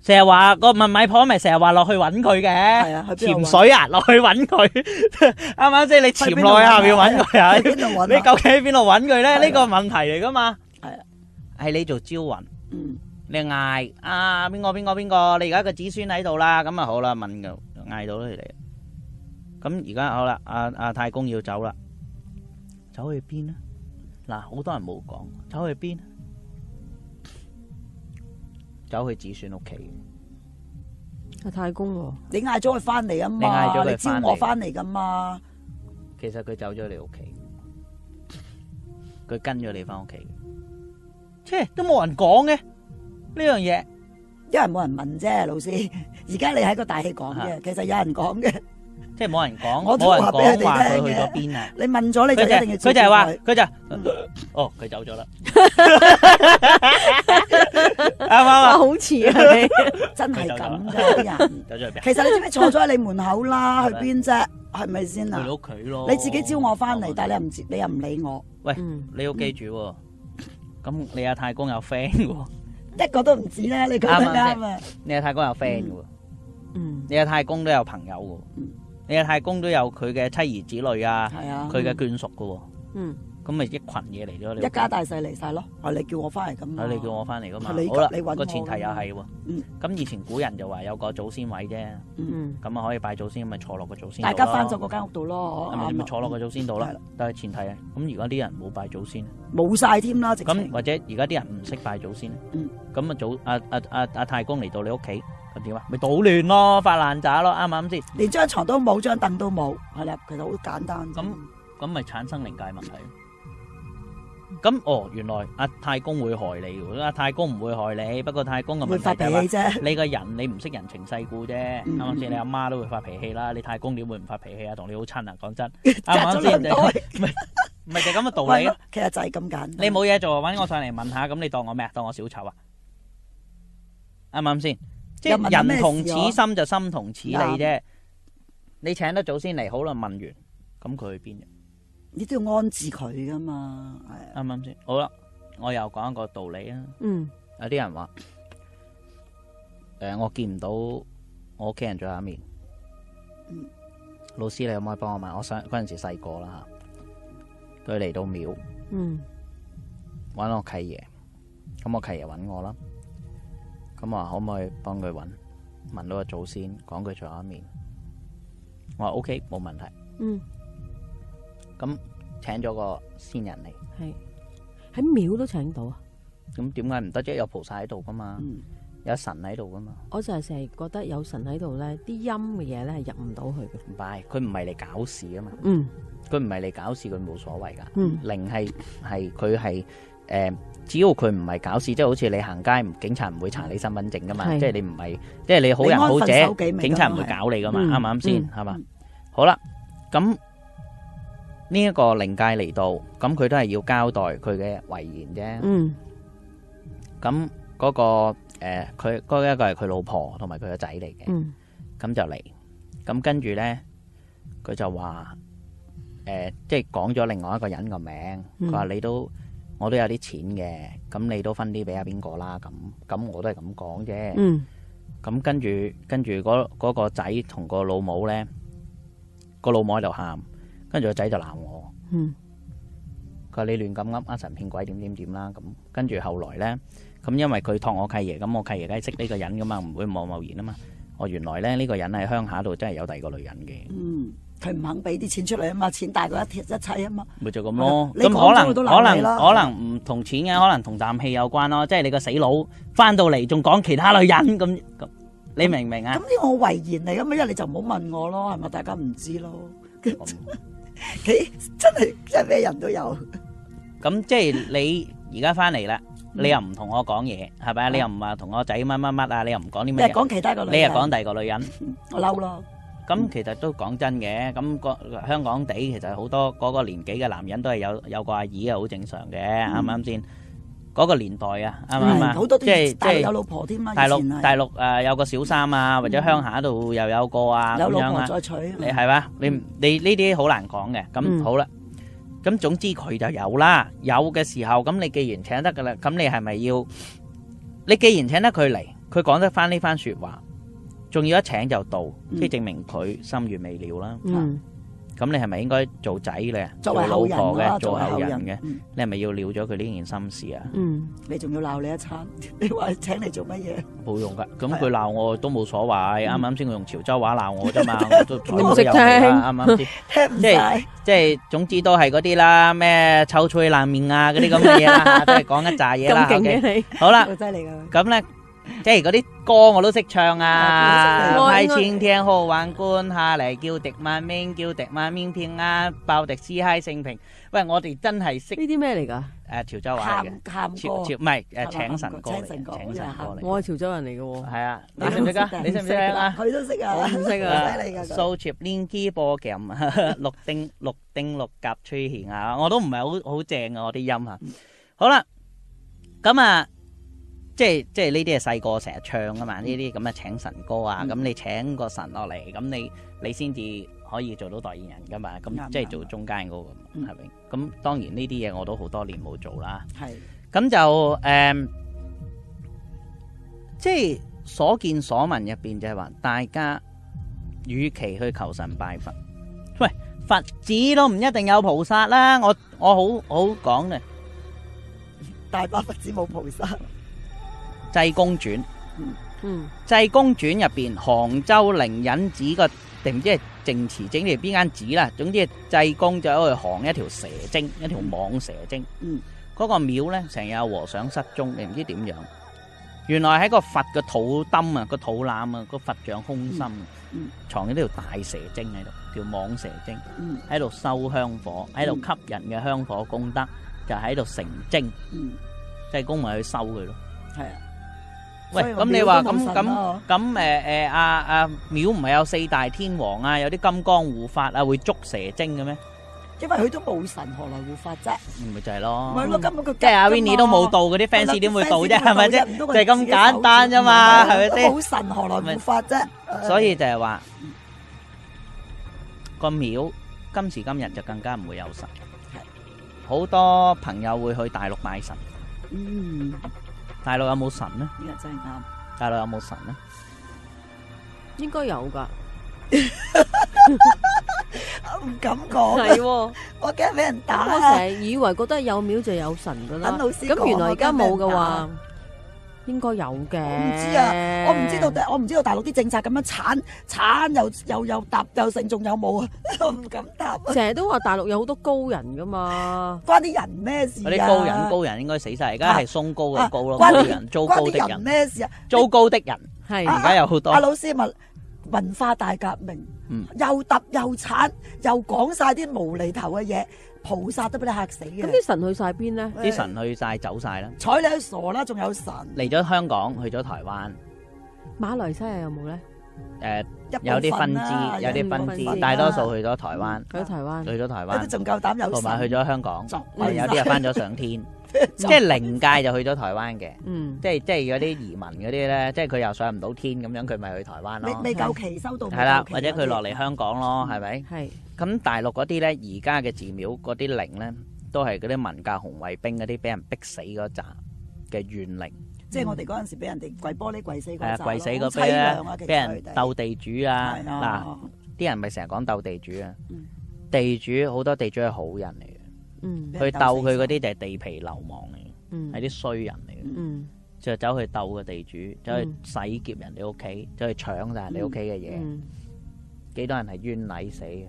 成日話個問米婆咪成日話落去揾佢
係
嘅，
啊，去邊度
潛水啊，落去揾 佢，啱啱先？你潛落去下面揾佢啊？
去邊度揾
你
啊？
究竟喺邊度揾佢咧？
係啊
呢個問題嚟噶嘛？
係啊，
係你做招魂，
嗯，
你嗌啊邊個邊個邊個，你而家個子孫喺度啦，咁啊好啦，問就嗌到佢嚟。咁而家好啦，阿、啊、阿、太公要走啦，走去邊啊？嗱，好多人冇講，走去邊啊？走去子孫屋企。
阿太公喎，
你嗌咗佢翻嚟啊
你嗌咗
嘛，
佢
你招
返嚟
我翻嚟噶嘛，
其實佢走咗你屋企，佢跟咗你翻屋企，切都冇人講嘅呢樣嘢。
因為冇人問啫，老 師。而家你喺個大氣講
啊
嘅，其實有人講嘅，
即係冇人講，
我都
冇人
話俾
講
你哋
話佢
聽
去
嘅
咗邊啊！
你問咗你
佢
就
就
一定
係
要照
佢就係話
顧佢
佢 就哦佢走咗啦，啱唔啱
啊
哦
啊？
好似啊你。
真係咁嘅啲人。
走咗去邊啊？
其實你知唔知坐咗喺你門 口啦？去邊啫？係咪先
去
啊
你？屋企咯。啊
你自己招我翻嚟，但係你又唔接，你又唔理我，
嗯
你要記住喎，
嗯
咁你阿太公有 friend 喎，
一個都唔止啦。你講得啱
啱
啊！
你阿太公有 friend 嘅喎。
嗯，
你嘅太公都有朋友嘅喎
嗯，
你嘅太公都有佢嘅妻兒子女啊，
係啊，
佢嘅眷屬嘅喎，
嗯，
咁咪一群嘢嚟咗。你
一家大細嚟晒咯。係你叫我翻嚟咁啊
係你叫我翻嚟噶嘛？
係你
好啦
你搵，我
個前提又係喎
嗯。
咁以前古人就話有個祖先位啫，
嗯，
咁啊可以拜祖先，咁咪坐落個祖先度
大
咯。
家翻咗嗰間屋度咯，
係咪
啱
咪
啊
坐落個祖先度啦
係啦？
但係前提啊，咁而家啲人冇拜祖先，
冇晒添啦，直
咁
情
或者而家啲人唔識拜祖先
嗯，
咁啊祖阿阿阿阿太公嚟到你屋企，咁點啊？咪搗亂咯，發爛渣咯，啱唔啱先？
連張床都冇，張凳都冇，係啦，其實好簡單啫。
咁咁咪產生靈界問題咯。咁哦，原來阿太公會害你喎，阿太公唔會害你，不過太公嘅
會
啊問
發
題
脾
就係話
氣啫，
你個人你唔識人情世故啫，啱
嗯
唔啱
嗯
先？你
嗯
阿媽都會發脾氣啦，你太公點會唔發脾氣啊？同你好親啊，講真，
隔
啱唔
咗
啱先
兩？
就
代
係，咪就係咁嘅道
係
理
咯
咯。
其實就係咁簡單。
啊你冇嘢做，揾我上嚟問下，咁你當我咩啊？當我小丑啊？啱唔啱先？即
又問
係
緊咩
人
事
同
啊
此心就心同此理啫
啱。
你請得早先嚟，好啦，問完，咁佢去邊？
你都要安置佢噶嘛，係
啱
啊
唔啱先？好啦，我又講一個道理啊。
嗯，
有啲人話，诶、我見唔到我屋企人最後一面。
嗯
老師，你可唔可以幫我問？我想嗰阵时细个啦吓，佢嚟到廟
嗯，
揾我契爺，咁我契爺揾我啦。咁我話可唔可以幫佢揾？問到個祖先，講佢最後一面。我話 O K，冇問題。
嗯，
咁請咗個先人嚟，
系喺廟都請到啊！
咁點解唔得啫？有菩薩喺度噶嘛，
嗯
有神喺度噶嘛。
我就係成日覺得有神喺度咧，啲陰嘅嘢咧係入唔到去嘅。
唔係，佢唔係嚟搞事啊嘛，
嗯
佢唔係嚟搞事，佢冇所謂噶。
嗯
靈係係佢係誒，只要佢唔係搞事，即係好似你行街，唔警察唔會查你身份證噶嘛，
係
即係你唔係，即係你好人好
你安分守己
者，
咪
警察
咁
唔會
係
搞你噶嘛，
嗯
啱唔啱先？
嗯
係嘛
嗯？
好啦，咁呢一個靈界嚟到，咁佢都係要交代佢嘅遺言啫。
嗯
咁嗰個誒，佢嗰一個係佢老婆同埋佢個仔嚟嘅。
嗯
咁就嚟，咁跟住呢，佢就話誒、即係講咗另外一個人個名，
嗯
佢話、你都我都有啲錢嘅，咁你都分啲俾阿邊個啦，咁咁我都係咁講啫。咁、
嗯
跟住跟住嗰嗰個仔同個老母呢，個老母喺度喊，跟住個仔就鬧我。
嗯
佢話你亂咁噏呃神騙鬼點點點啦，咁跟住後來呢，咁因為佢託我契爺，咁我契爺梗係識呢個人噶嘛，唔會貿貿然啊嘛。我原來呢，呢、個人喺鄉下度真係有第二個女人嘅，
嗯，佢唔肯俾啲錢出嚟啊嘛，錢大過一一切啊嘛，
咪就咁咯。
係啊
咁
你
可
講咗
能
都
可
難為
能
啦
可能唔同錢嘅，可能同啖氣有關咯。即係你個死佬翻到嚟仲講其他女人咁咁，你明唔明
咁
啊？
呢個我遺言嚟噶嘛，因為你就唔好問我咯，係咪？大家唔知咯，
咁
佢真係真係咩人都有，
咁即係你而家翻嚟啦，你又唔同我講嘢，係咪啊？你又唔話同我仔乜乜乜啊？你又唔講啲
你
乜
係
嘢？
講其他個女
你又
人，
講第二個女人，
我嬲咯，嗯
咁其實都講真嘅。咁個香港地其實好多嗰個年紀嘅男人都係有有個阿姨啊，好正常嘅，啱唔啱先？嗰個年代啊，啱唔啱啊
嗯好多？都
即係即
大陸
係
有老婆添啊，
大
以前
陸
係
大陸誒有個小三啊，或者鄉下度又有個啊
有
咁
老
樣
婆
啊。
再娶，
你係嘛？你唔你呢啲好難講嘅。咁
嗯
好啦，咁總之佢就有啦。有嘅時候，咁你既然請得噶啦，咁你係咪要？你既然請得佢嚟，佢講得翻呢番説話，仲要一請就到，
嗯
即係證明佢心願未了啦。
嗯，
咁你係咪應該做仔嘅？
作
做
為
老
後人
婆
啦，
嘅？
作
做
為
後
後
人
人
嘅？
嗯
你係咪要了咗佢呢件心事啊？
嗯，
你仲要鬧你一餐， 你話請你做乜嘢？
冇用噶，咁
係啊
佢鬧我都冇所
嗯
謂。啱啱先佢用潮州話鬧我啫 嘛，我都睬
你唔
佢
識
有味啦。啱啱先。
聽唔
即係
晒，
即係總之都係嗰啲啦，咩臭脆冷面啊嗰啲咁嘅嘢啦，都係講一紮嘢
咁
啦。
勁
OK，
嘅你，
好啦，
好犀利噶！
咁咧即係嗰啲歌我都識唱啊，
我
派
應該
千天好宦官下嚟叫迪萬明，叫迪萬明片啊，爆迪斯嗨盛平。喂，我哋真係 識
呢啲咩嚟㗎？
誒潮州話嚟嘅
喊，喊
潮潮唔
歌
係誒
係嘛
請神歌嚟嘅，
請神歌
請神歌嚟嘅。
我係潮州人嚟嘅喎，
係啊，你識唔識啊？你識唔識聽啊？
佢都識啊，
我唔識啊
好犀利噶佢。
數接連機播嘅 六丁六丁六甲吹弦啊！我都唔係好好正啊，我啲音啊。
嗯
好啦，咁啊，即係即係呢啲係細個成日唱啊嘛，呢啲咁啊請神歌啊，
嗯
咁你請個神落嚟，咁你你先至可以做到代言人噶嘛，咁
啱
即係
啱
做中間嗰個嘛，
嗯
係咪？咁當然呢啲嘢我都好多年冇做啦。
係
咁就誒、嗯即係所見所聞入邊就係話，大家與其去求神拜佛，喂佛寺都唔一定有菩薩啦。我我好好講嘅
大把佛子冇菩薩，
《濟公傳》，
嗯，
《濟公傳》入邊杭州靈隱寺個定唔知係淨慈整定係邊間寺啦，總之濟公就喺度行一條蛇精，一條網蛇精。
嗯，
嗰個廟咧成日有和尚失蹤，你唔知點樣。原來喺個佛嘅肚墩啊，個肚腩啊，個佛像空心啊
嗯嗯，
藏咗條大蛇精喺度，叫網蛇精，
嗯
喺度收香火，喺度吸人嘅香火功德，就喺度成精。
嗯，
濟公咪去收佢咯。
係啊。
喂，
所以
咁
廟
你話
都
咁
冇神
咁
啊
咁誒誒啊啊廟唔係有四大天王啊，有啲金剛護法啊，會捉蛇精嘅咩？
因為佢都冇神，何來護法啫？
咪就係
唔
咯，
係咯，根本佢
哦即係阿 à, Vinny 都冇到，嗰啲 fans 點會到啫？係咪啫？就係咁簡單啫嘛，係咪先？
冇啊神，何來護法啫？
所以就係話個廟今時今日就更加唔會有神
係，
好多朋友會去大陸拜神。
嗯，呢
大陸有冇神呢？
個真係啱。
大陸有冇神呢？
應該有㗎，
我唔敢 講，
係喎。
我驚俾人打
我
啊！
成日以為覺得有廟就有神㗎啦
等，老師講
咁原來而家冇嘅
我
話，應該有嘅。
我唔知啊，我唔知道，我唔知道大陸啲政策咁樣鏟鏟又又又搭又成，仲有冇啊？ 我唔敢答啊！
成日都話大陸有好多高人㗎嘛，
關啲人咩事
嗰
啊？
啲高人高人應該死晒，而家係鬆高嘅高咯，
啊關
高
啲
人糟
關
糕的
啲人
人，
咩事啊？
糟糕的人，
係
而家有好多
阿。老師咪文化大革命，
嗯
又揼又鏟，又講晒啲無厘頭嘅嘢，菩薩都俾你嚇死
咁
嘅。
啲神去晒邊咧？
啲神去晒走晒啦，
睬你都傻啦，仲有神，
嚟咗香港，去咗台灣，
馬來西亞有冇咧？
誒
一
有啲
部
分
分
支
啦，
有啲
有
分
部分
支，
啦
大多數去咗台灣，
喺台灣
去。咗台
有啲
灣，
仲夠膽有
同
神，
埋去咗香港，
作
有
為
啲又翻咗上天，即係靈界就去咗台灣嘅。
嗯，
即係即係嗰啲移民嗰啲咧，即係佢又上唔到天咁樣，佢咪去台灣
未
咯，
未夠期收到，
係啦，或者佢落嚟香港咯，係咪？
係
咁大陸嗰啲咧，而家嘅寺廟嗰啲靈咧，都係嗰啲文革紅衛兵嗰啲俾人逼死嗰扎嘅怨靈，
即係我哋嗰陣時俾人哋跪玻璃跪死
係啊，
嗰陣，
跪死嗰
嗰
啲
啊
咧，俾人鬥地主啊，
係
嗱，
啊，
啲人咪成日講鬥地主啊
嗯，
地主好多地主係好人嚟嘅，
嗯
去鬥佢嗰啲就係地皮流氓嚟嘅，
嗯
係啲衰人嚟嘅。
嗯
就走去鬥個地主，走去
嗯
洗劫人哋屋企，走去搶晒人哋屋企嘅嘢，
嗯
幾多人係冤禮死嘅？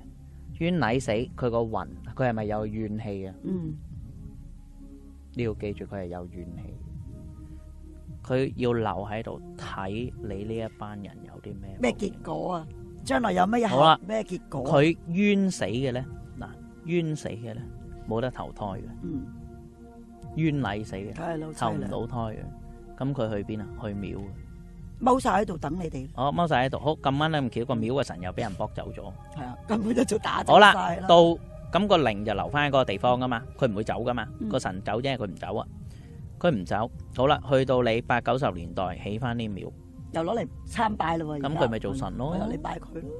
冤禮死，佢個魂，佢係咪有怨氣啊？
嗯
你要記住，佢係有怨氣，佢要留喺度睇你呢一班人有啲咩
咩
報
結
應
果啊？將來有乜嘢
好啦
後咩結果啊？
佢冤死嘅呢？嗱，冤死嘅呢，冇得投胎嘅，
嗯
冤禮死嘅，
係老
投
細
唔
啦，
到胎嘅。咁佢去邊啊？去廟嘅。
踎晒喺度等你哋，
我踎晒喺度，好咁啱咧咁巧個廟嘅神又俾人剝走咗。
係啊，根本就早打走
好啦
晒，啦，
到咁個靈就留翻喺嗰個地方噶嘛，佢唔會走噶嘛，
嗯
個神走啫，佢唔走啊，佢唔走。好啦，去到你八九十年代起翻啲廟，
又攞嚟參拜啦喎，
咁
而家
佢咪做神咯
我又嚟拜佢咯。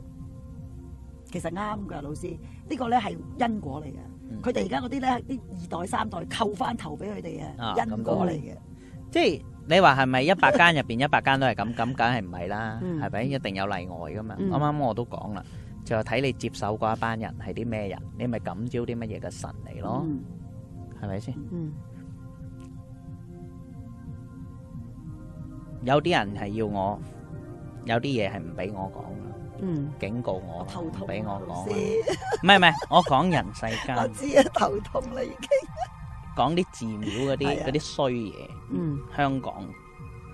其實啱㗎，老師，呢個咧係因果嚟
嗯
嘅。佢哋而家嗰啲咧，啲二代三代扣翻頭俾佢哋
啊
嘅，因果嚟嘅。
即係你話係咪一百間入邊一百間都 係咁？咁梗係唔係啦，
嗯
係咪？一定有例外噶嘛。
嗯
啱啱我都講啦，就係睇你接手嗰一班人係啲咩人，你咪感召啲乜嘢嘅神嚟咯，
嗯
係咪先？
嗯，
有啲人係要我，有啲嘢係唔俾我講
嗯，
嘅，警告我
我
啦
頭，
唔
痛
俾我
啊，老
講啦。
師，
唔係唔 係，我講人世
我
間。
知啊，頭痛啦已經。
講啲寺廟嗰
係
啲
啊
嗰啲衰嘢，
嗯，
香港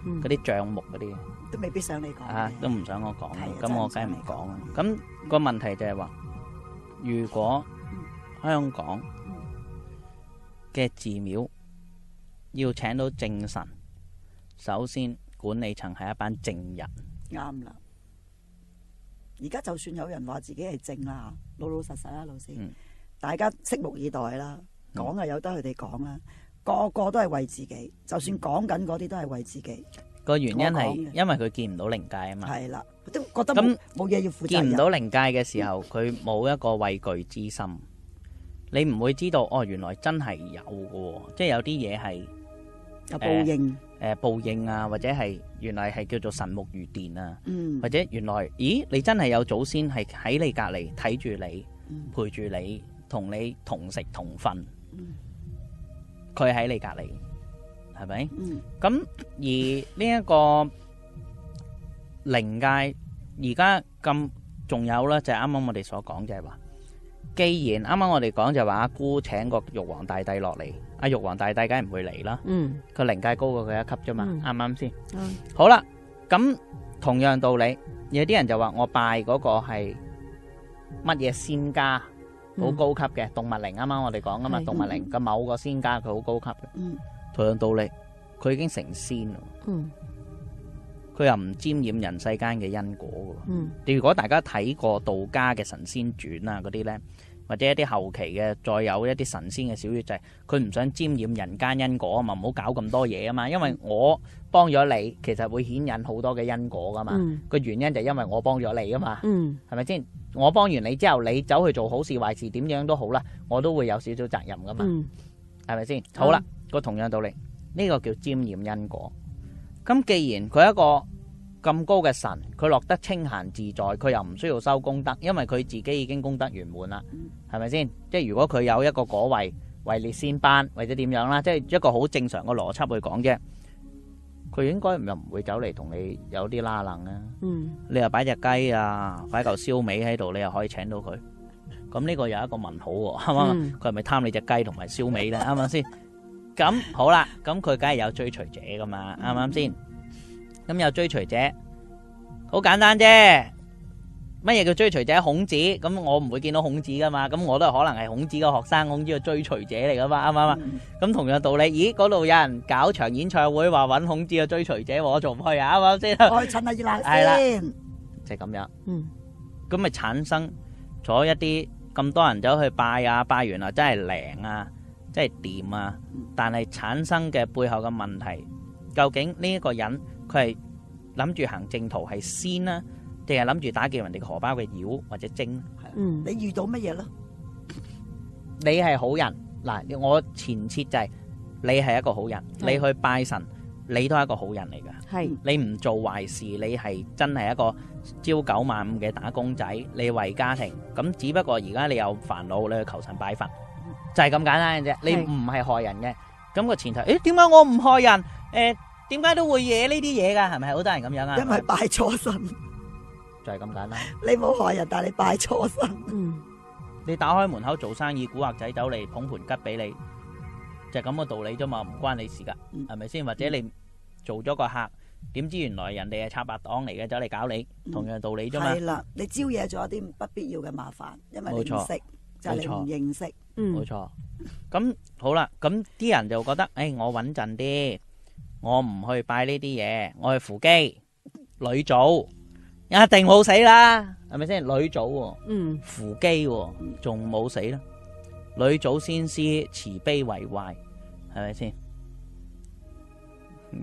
嗯
嗰啲帳目嗰啲
都未必想你講
啊，都
嘅。
唔想我講
係啊，
咁我梗係
真係
唔
唔想啊
講啦。咁個問題就係話，如果香港嘅寺廟要請到正神，首先管理層係一班正人，
啱啦。而家就算有人話自己係正啦，老老實實啦，老師
嗯，
大家拭目以待啦。
嗯
講啊，由得佢哋講啦。個個都係為自己，就
嗯
算講緊嗰啲都係為自己，
個原因係
我講嘅
因為佢見唔到靈界啊嘛，
係啦，都覺得
咁
冇冇嘢要負責
見
任
唔。到靈界嘅時候，佢冇一個畏懼之心，你唔會知道哦，原來真係有嘅喎，即係有啲嘢係。
有報應，
誒、報應啊，或者係原來係叫做神木如電啊，
嗯
或，者原來咦你真係有祖先係喺你隔離睇住你
嗯
陪住你同你同食同瞓
嗯，
佢喺你隔離，係咪？
嗯，
咁而呢一個靈界而家咁仲有啦，就係啱啱我哋所講就係話，既然啱啱我哋講就係話阿姑請個玉皇大帝落嚟，阿玉皇大帝梗係唔會嚟啦。
嗯，
佢靈界高過佢一級啫嘛，
嗯
啱唔啱先
啱？
好啦，咁同樣道理，有啲人就話我拜嗰個係乜嘢仙家，好
嗯，
高級嘅動物靈，啱啱我哋講噶嘛，
係
動物靈嘅某個仙家佢好高級嘅，
嗯，
同樣道理，佢已經成仙咯，
嗯，
佢又唔沾染人世間嘅因果嘅喎。
嗯，
你如果大家睇過道家嘅神仙傳啊嗰啲呢，或者一啲後期嘅，再有一啲神仙嘅小説，就係佢唔想沾染人間因果啊嘛，唔好搞咁多嘢啊嘛，因為我幫咗你，其實會顯引好多嘅因果啊噶嘛。
嗯，
個原因就係因為我幫咗你啊嘛，
嗯，
係咪先？我幫完你之後，你走去做好事壞事點樣都好啦，我都會有少少責任噶嘛。
嗯，
係咪先？好啦，個同樣道理，呢、個叫沾染因果。咁既然佢一個咁高嘅神，佢落得清閒自在，佢又唔需要收功德，因為佢自己已經功德圓滿啦，係咪先？即係如果佢有一個果位位列仙班或者點樣啦，即係一個好正常嘅邏輯去講啫。佢應該又唔會走嚟同你有啲拉楞啊！
嗯，
你又擺只雞啊，擺嚿燒味喺度，你又可以請到佢。咁呢個有一個問號喎，啱唔啱？
嗯
佢係咪貪你只雞同埋燒味咧？啱唔啱先？咁好啦，咁佢梗係有追隨者噶嘛？啱唔啱先？咁有追隨者，好簡單啫。乜嘢叫追隨者？孔子咁，我唔會見到孔子噶嘛。咁我都係可能係孔子嘅學生，孔子嘅追隨者嚟噶嘛？啱唔啱 啊？
嗯
咁同樣道理，咦？嗰度有人搞場演唱會，話揾孔子嘅追隨者，我仲唔去啊？啱唔啱先？
我去趁下熱鬧
係啦
先。
就係咁樣。
嗯，
咁咪產生咗一啲咁多人走去拜啊，拜完啊真係靈啊，真係掂啊
嗯，
但係產生嘅背後嘅問題，究竟呢一個人佢係諗住行正途係先啦、定係諗住打劫人哋荷包嘅妖或者精呢？
嗯，
你遇到乜嘢咯？
你係好人嗱，我前設就係、你係一個好人，
係
你去拜神，你都係一個好人嚟㗎。
係，
你唔做壞事，你係真係一個朝九晚五嘅打工仔，你為家庭咁，只不過而家你有煩惱，你去求神拜佛，就係咁簡單嘅啫。你
係
唔係害人嘅，咁個前提，誒點解我唔害人？誒點解都會惹呢啲嘢㗎？係咪好多人咁樣啊？
因為拜錯神，
就係咁簡單。
你冇害人，但係你拜錯神。
嗯，
你打開門口做生意，古惑仔走嚟捧盤吉俾你，就係咁、個道理啫嘛，唔關你事㗎，
嗯
係咪先？或者你做咗個客，點知原來人哋係插白黨嚟嘅，走嚟搞你，
嗯
同樣道理啫嘛。
係啦，你招惹咗一啲不必要嘅麻煩，因為你
冇
唔
錯
識。就係你唔認識。
冇錯。咁好啦，咁啲人就覺得，诶、我穩陣啲，我唔去拜呢啲嘢，我去扶基女祖，一定冇死啦，係咪先？女祖、喎，
嗯
扶基、喎，仲冇死啦，女祖先師慈悲為懷，係咪先？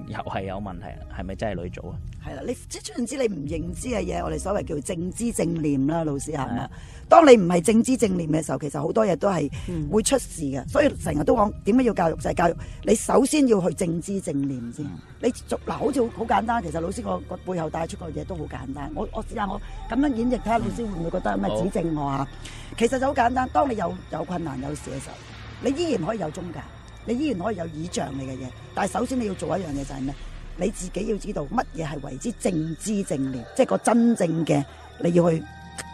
又係有問題啦，係咪真係女祖啊？
係啦，你即係總之你唔認知嘅嘢，我哋所謂叫正知正念啦，老師係咪啊？當你唔係正知正念嘅時候，其實好多嘢都係
嗯
會出事嘅。所以成日都講點解要教育就係教育，你首先要去正知正念先。你逐嗱，好似好好簡單，其實老師個個背後帶出個嘢都好簡單。我我試下我咁樣演繹睇下老師會唔會覺得有咩
好
指正我啊？其實就好簡單，當你有有困難有事嘅時候，你依然可以有宗教，你依然可以有倚仗你嘅嘢，但係首先你要做一樣嘢就係咩？你自己要知道乜嘢係為之正知正念，即係個真正嘅你要去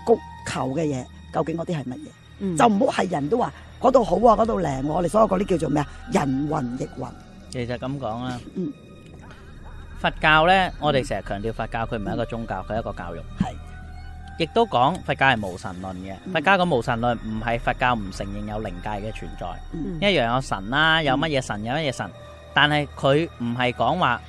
谷求嘅嘢，究竟嗰啲係乜嘢？
嗯
就唔好係人都話嗰度好啊，嗰度靚喎，我哋所有嗰啲叫做咩啊？人云亦云，
其實咁講啦
嗯，
佛教呢，我哋成日強調佛教，佢唔係一個宗教，佢係一個教育。
係
亦都講佛教係無神論嘅，
嗯
佛教個無神論唔係佛教唔承認有靈界嘅存在，
嗯
一樣有神啦，
嗯
有乜嘢神有乜嘢神，但係佢唔係講話，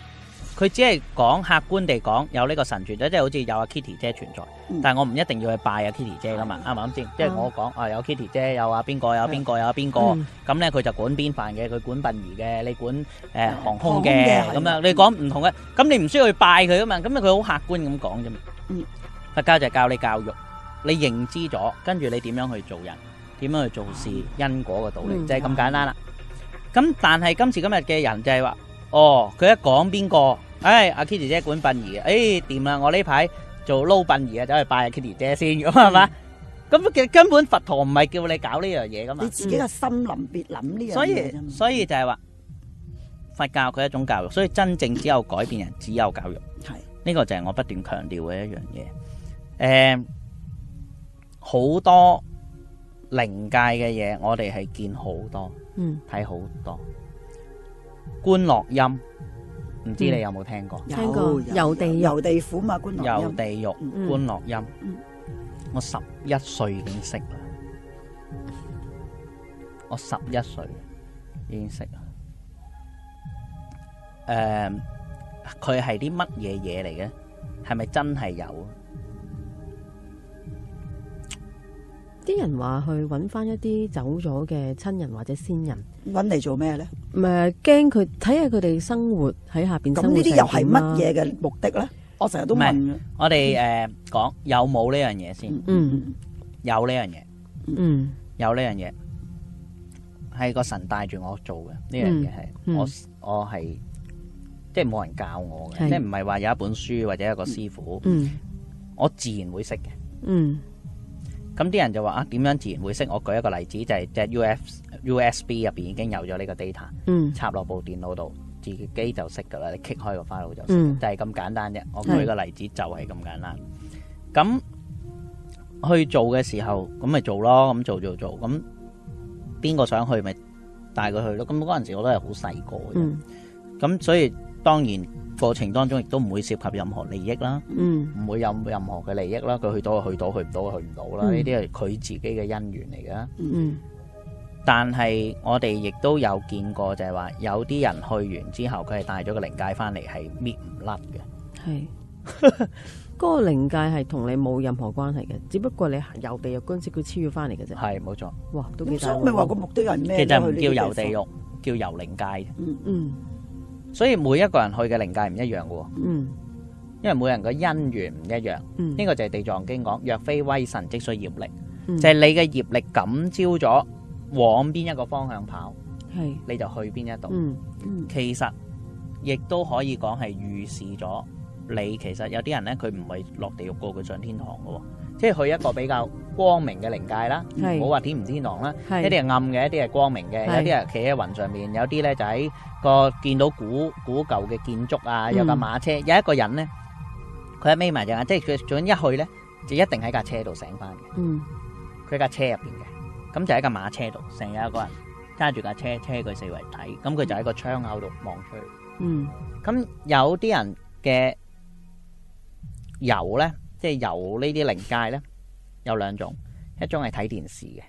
佢只係講客觀地講有呢個神存在，即係好似有阿 Kitty 姐存在，
嗯
但係我唔一定要去拜阿 Kitty 姐噶嘛，啱唔啱先？即係
啱
我講啊有 Kitty 姐，有阿邊個，有阿邊個，有阿邊個。
嗯
咁咧佢就管邊範嘅，佢管殯儀嘅，你管誒、呃航空嘅，
嗯航
咁
空嘅係
樣
啊
你講唔同嘅，咁你唔需要去拜佢啊嘛，咁佢好客觀咁講啫嘛。
嗯，
佛教就係教你教育，你認知咗，跟住你點樣去做人，點樣去做事，
嗯
因果嘅道理、
嗯
就係咁簡單啦。咁但係今時今日嘅人就係話，哦，佢一講邊個，唉、阿 Kitty 姐管殯儀嘅，誒掂啦，我呢排做撈殯儀啊，走去拜阿 Kitty 姐先咁係
嗯
嘛？咁其實根本佛陀唔係叫你搞呢樣嘢噶嘛
你。自己嘅心諗別諗呢樣
所
嘢
以
啫嘛
所以就係話佛教佢係一種教育，所以真正只有改變人，只有教育。
係
呢個就係我不斷強調嘅一樣嘢。诶、好多靈界嘅嘢，我哋係見好多，
嗯
睇好多。觀落音，唔知你有冇聽過？
聽過遊地獄
遊地府嘛，觀落
遊
音
地獄、
嗯
觀落音
嗯，
我十一歲已經識啦，我十一歲已經識啦。诶、佢係啲乜嘢嘢嚟嘅？係咪真係有啊？
啲人話去揾翻一啲走咗嘅親人或者先人，
揾嚟做咩咧？
唔係驚佢睇下佢哋生活喺下邊
咁
生活
呢啲又係
成點啦
乜嘢嘅目的咧？我成日都
唔係
問嘅。
我哋诶讲有冇呢樣嘢先？
嗯
有呢樣嘢，
嗯
有呢樣嘢，係個神帶住我做嘅呢樣嘢係
嗯
我我係即係冇人教我嘅，
係
即係唔係話有一本書或者有個師傅，
嗯
我自然會識嘅。
嗯
咁啲人就話啊，點樣自然會識？我舉一個例子就係即係 U F U S B 入邊已經有咗呢個 data，
嗯
插落部電腦度，自己就識㗎啦。你 kick 開個 file 就識，
嗯
就係咁簡單啫。我
係
舉個例子就係咁簡單。咁去做嘅時候，咁咪做咯，咁做做做，咁邊個想去咪帶佢去咯。咁嗰陣時我都係好細個嘅啫，
嗯
咁、所以當然過程當中亦都唔會涉及任何利益啦。
嗯
唔會有任何嘅利益啦，佢去到就去到，去唔到就去唔到啦。
嗯
呢啲係佢自己嘅因緣嚟嘅。
嗯
但係我哋亦都有見過就係話，有啲人去完之後，佢係帶咗個靈界翻嚟，係搣唔甩嘅。
係。 嗰個靈界係同你冇任何關係嘅，只不過你行遊地獄嗰陣時，佢黐咗翻嚟嘅啫。
係冇錯，
哇，都幾
咁
大
所以
鑊
我咪話個目的係咩
其
呢？
實唔
去呢啲
叫遊地
地方。
獄，叫遊靈界。
嗯
所以每一個人去嘅靈界唔一樣嘅喎，
嗯
因為每人嘅因緣唔一樣。
嗯，
呢個就係地藏經講，若非威神，即需業力，
嗯
就係你嘅業力感召咗往邊一個方向跑，
係
你就去邊一度。
嗯
嗯
其實亦都可以講係預示咗你其實有啲人呢，佢唔係落地獄過，佢上天堂嘅喎，即係去一個比較光明嘅靈界啦，
係
唔好話天唔天堂啦，一
係
啲係暗嘅，一啲係光明嘅，
係
有啲係企喺雲上面，有啲呢就喺個見到古古舊嘅建築啊，有架
嗯
馬車，有一個人呢，佢一眯埋隻眼，即係佢總之一去呢，就一定喺架車度醒翻嘅，
嗯
佢架車入邊嘅，咁就喺架馬車度，成日有一個人揸住架車車佢四圍睇，咁佢就喺個窗口度望出去。
嗯
咁有啲人嘅遊呢，即係遊呢啲靈界呢，有兩種，一種係睇電視嘅，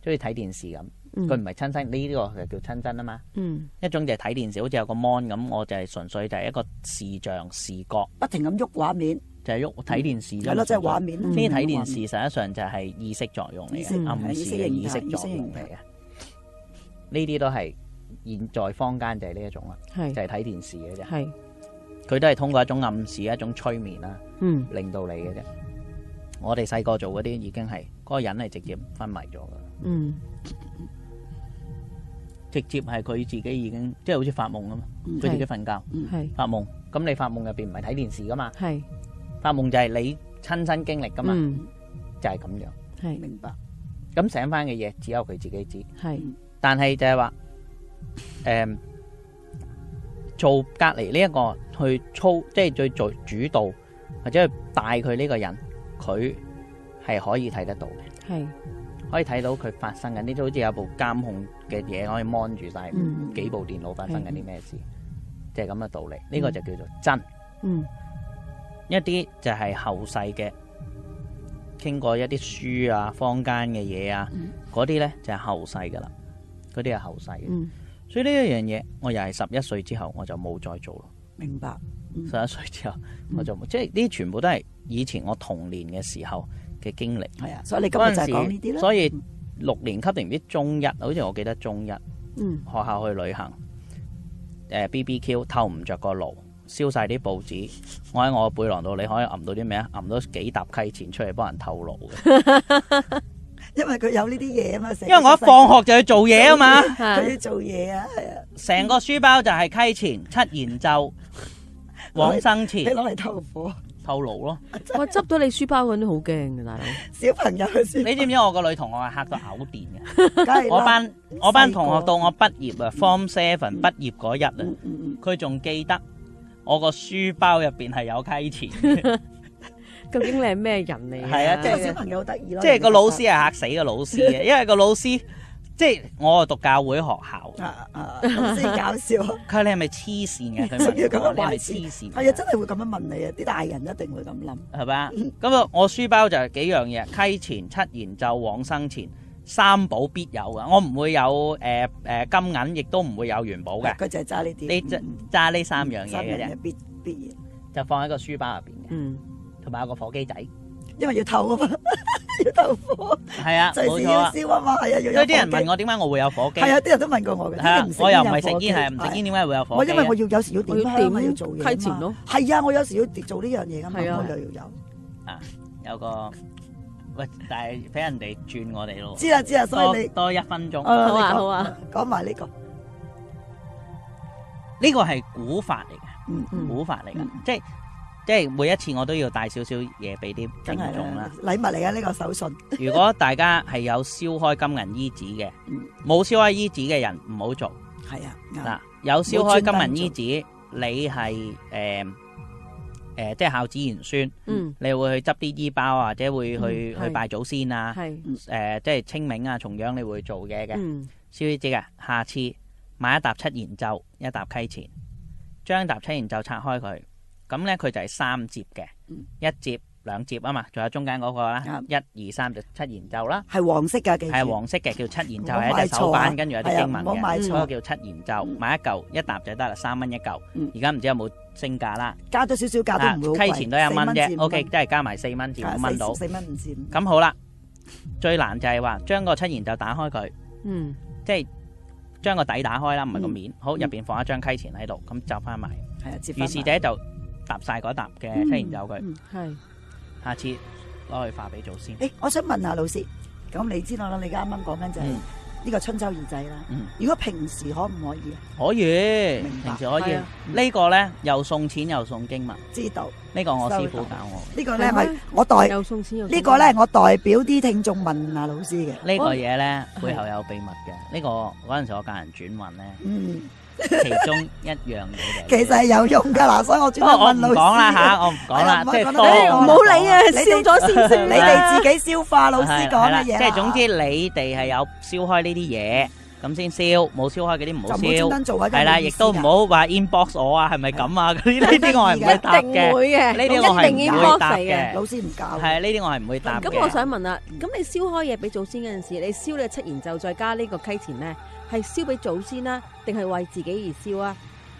即係好似睇電視咁，
嗯
佢唔係親身，呢、個就叫親身啊嘛。
嗯
一種就係睇電視，好似有個 mon 咁，我就係純粹就係一個視像視覺，
不停咁喐畫面，
就係喐睇電視啫嘛。
係咯，即
純粹
係畫面。
呢啲睇電視實際上就係意識作用嚟
意識
嘅，暗
係
示
意識
嘅
形態
意識作用嚟
意識
嘅。呢啲都係現在坊間就係呢一種啦，就係
係
睇電視嘅啫。
係
佢都係通過一種暗示、一種催眠啦，
嗯
令到你嘅啫。我哋細個做嗰啲已經係嗰個人係直接昏迷咗噶，
嗯
直接係佢自己已經即係好似發夢咁嘛，
嗯
佢自己瞓覺
係
發夢。咁你發夢入邊唔係睇電視噶嘛，
係
發夢就係你親身經歷噶嘛，
嗯
就係咁樣。
係
明白。
咁醒翻嘅嘢只有佢自己知。
係
但係就係話，诶、做隔離呢一個去操，即係最做主導或者去帶佢呢個人，佢係可以睇得到嘅，
係
可以睇到佢發生緊呢啲，好似有部監控嘅嘢可以 mon 住晒
嗯
幾部電腦發生緊啲咩事，就係咁嘅道理。呢、個就叫做真，
嗯
一啲就係後世嘅。經過一啲書啊、坊間嘅嘢啊，
嗯
嗰啲呢就係後世噶啦，嗰啲係後世嘅。
嗯
所以呢一樣嘢，我又係十一歲之後我就冇再做咯。
明白，
嗯
十一歲之後我就冇，即係呢啲全部都係以前我童年嘅時候嘅經歷。
係啊，所以你今
嗰
日就
陣
係講呢啲
時，
啦。嗯
所以六年級定唔知中一，好似我記得中一學
嗯
校去旅行，誒、BBQ 透唔着個爐，燒晒啲報紙，我喺我背囊度，你可以揞到啲咩啊？揞到幾沓溪錢出嚟幫人透露 嘅，
因為佢有呢啲嘢啊嘛，成日
因為我一放學就去做嘢啊嘛。
佢要做嘢啊，係啊，
成個書包就係溪錢、七 言咒、往生
你
錢、
攞嚟透火，
透露咯。
我執到你書包嗰陣都好驚嘅大佬，
小朋友先，
你知唔知我個女同學係嚇到嘔電嘅？
梗 係啦
我班我班同學到
細
我畢業啊，Form Seven 畢業嗰日
個
啊，
嗯嗯嗯
佢仲記得我個書包入邊係有溪 錢嘅，
究竟你係咩人嚟㗎？
係啊
即
à.
係個小朋友好得意咯，
即係個老師係嚇死個老師 嘅，因為個老師即係我啊讀教會學校，
啊啊，老師搞笑啊。
佢話你係咪黐 線嘅？佢問
要咁
我你係咪
樣壞
黐線
事，
㗎？
係啊，真係會咁樣問你啊！啲大人一定會咁諗，
係嘛？咁啊，我書包就係幾樣嘢，溪錢、七言咒、往生錢，三寶必有嘅。我唔會有誒誒、呃呃金銀，亦都唔會有元寶嘅。
佢就係揸呢啲，
你
嗯
揸
嗯
揸呢三樣嘢
三
嘅
樣
啫
嘢，必必然，
就放喺個書包入邊嘅，
嗯
同埋有個火機 仔。
因為要透 啊嘛，要透火，
係啊，
隨
冇
時
錯
要
啊。
燒啊嘛，係啊，要有
所以啲人
火機
問我點解我會有火機？
係啊，啲人都問過我嘅，
係啊
點解唔食
我又唔
煙有
係食
火
煙，係唔
機
食煙，點解會有火
我
機
因
啊？
為我要有時要點
我要
香啊，
點
要做嘢
溪錢咯
嘛。係啊，我有時要做呢樣嘢噶嘛，我
係啊
又要有。
有個喂，但係俾人哋轉我哋咯，
知啦知啦，所以
多
你
多一分鐘。
啊
好啊
你講
好啊，
講埋呢個
呢個係古法嚟嘅，
嗯
嗯
古法嚟嘅
嗯，
即係即係每一次我都要帶少少嘢俾啲
梗
聽
係啊
眾
啦
啦。，
禮物嚟嘅呢個手信，
如果大家係有燒開金銀衣紙嘅
嗯，
冇燒開衣紙嘅人唔好做
係啊
嗱
啱。。
有燒開金銀衣紙，你係誒誒，即係孝子賢孫，
嗯
你會去執啲衣包啊或者會去
嗯係
去拜祖先啊。
係
誒，即係清明啊、重陽，你會做嘢嘅。
嗯
燒衣紙嘅，下次買一沓七言咒，一沓溪錢，將沓七言咒拆開佢，咁咧佢就係三折嘅，
嗯
一折兩折啊嘛，仲有中間嗰個啦，一二三就七言咒啦，
係黃色㗎，記住。
係黃色嘅叫七言咒，
唔好
係一隻
買
手
錯
板，
啊
跟住有
係
啲
啊
經文
唔好買
嘅，
錯
嗰個叫七言咒，買一嚿一沓就得啦，三蚊一嚿
嗯，
而家唔知有冇升價啦，
加咗少少價
啊
都唔會好
溪
貴，
錢都一蚊
四
啫
至五
，OK，即係加埋四蚊至五蚊到，
四四蚊五至五。
咁好啦，最難就係話將個七言咒打開佢。
嗯
即係將個底打開啦，唔係個面。好，
嗯
入邊放一張溪錢喺度，咁就翻埋。
係啊，接
於是者就搭晒嗰沓嘅
嗯
七然有佢，
嗯
係
下次攞去化俾祖先。
誒，我想問下老師，咁你知道啦，你啱啱講緊就係
嗯
呢個春秋二祭啦。
嗯，
如果平時可唔可以啊？
可以，
明白
平時可以
係啊。
呢個呢，又送錢又送經文，
知道
呢個我師傅
收到
教我嘅。
呢個咧，
係咩
係我代
又送錢又送
呢個咧，我代表啲聽眾問啊老師嘅。
呢個嘢呢，
哦
背後有秘密嘅。呢個嗰陣時我教人轉運呢，
嗯，
其中一樣嘢
其
就係
實係有用㗎嗱，所以我專
不過我
登
唔
問老師。
講啦吓，我唔講
係啊
啦，
唔
即
好
係
講啦
多
哎呀
我
唔
唔
好
講
理 啊，
你哋
笑咗先先
Ờ,
你哋自己消化老師講
係啦
嘅嘢啦。
即係總之你哋係有燒開呢啲嘢，咁先燒，冇燒開嗰啲唔好
就唔好專
燒。
登做啊，
係啦，
咁嘅意
亦
思
都唔
㗎。
好話 inbox à, 我啊，係咪咁 啊？嗰啲呢啲我係唔會答
一定
嘅，
會嘅，
呢啲我係
一
唔
定 inbox
會
嚟
答
嘅。
嘅。
老師唔教。
係呢啲我係唔會答嘅。
咁我想問啦，咁你燒開嘢俾祖先嗰陣時，你燒你七賢就再加呢個溪錢咧，係燒俾祖先啦，定係為自己而燒啊？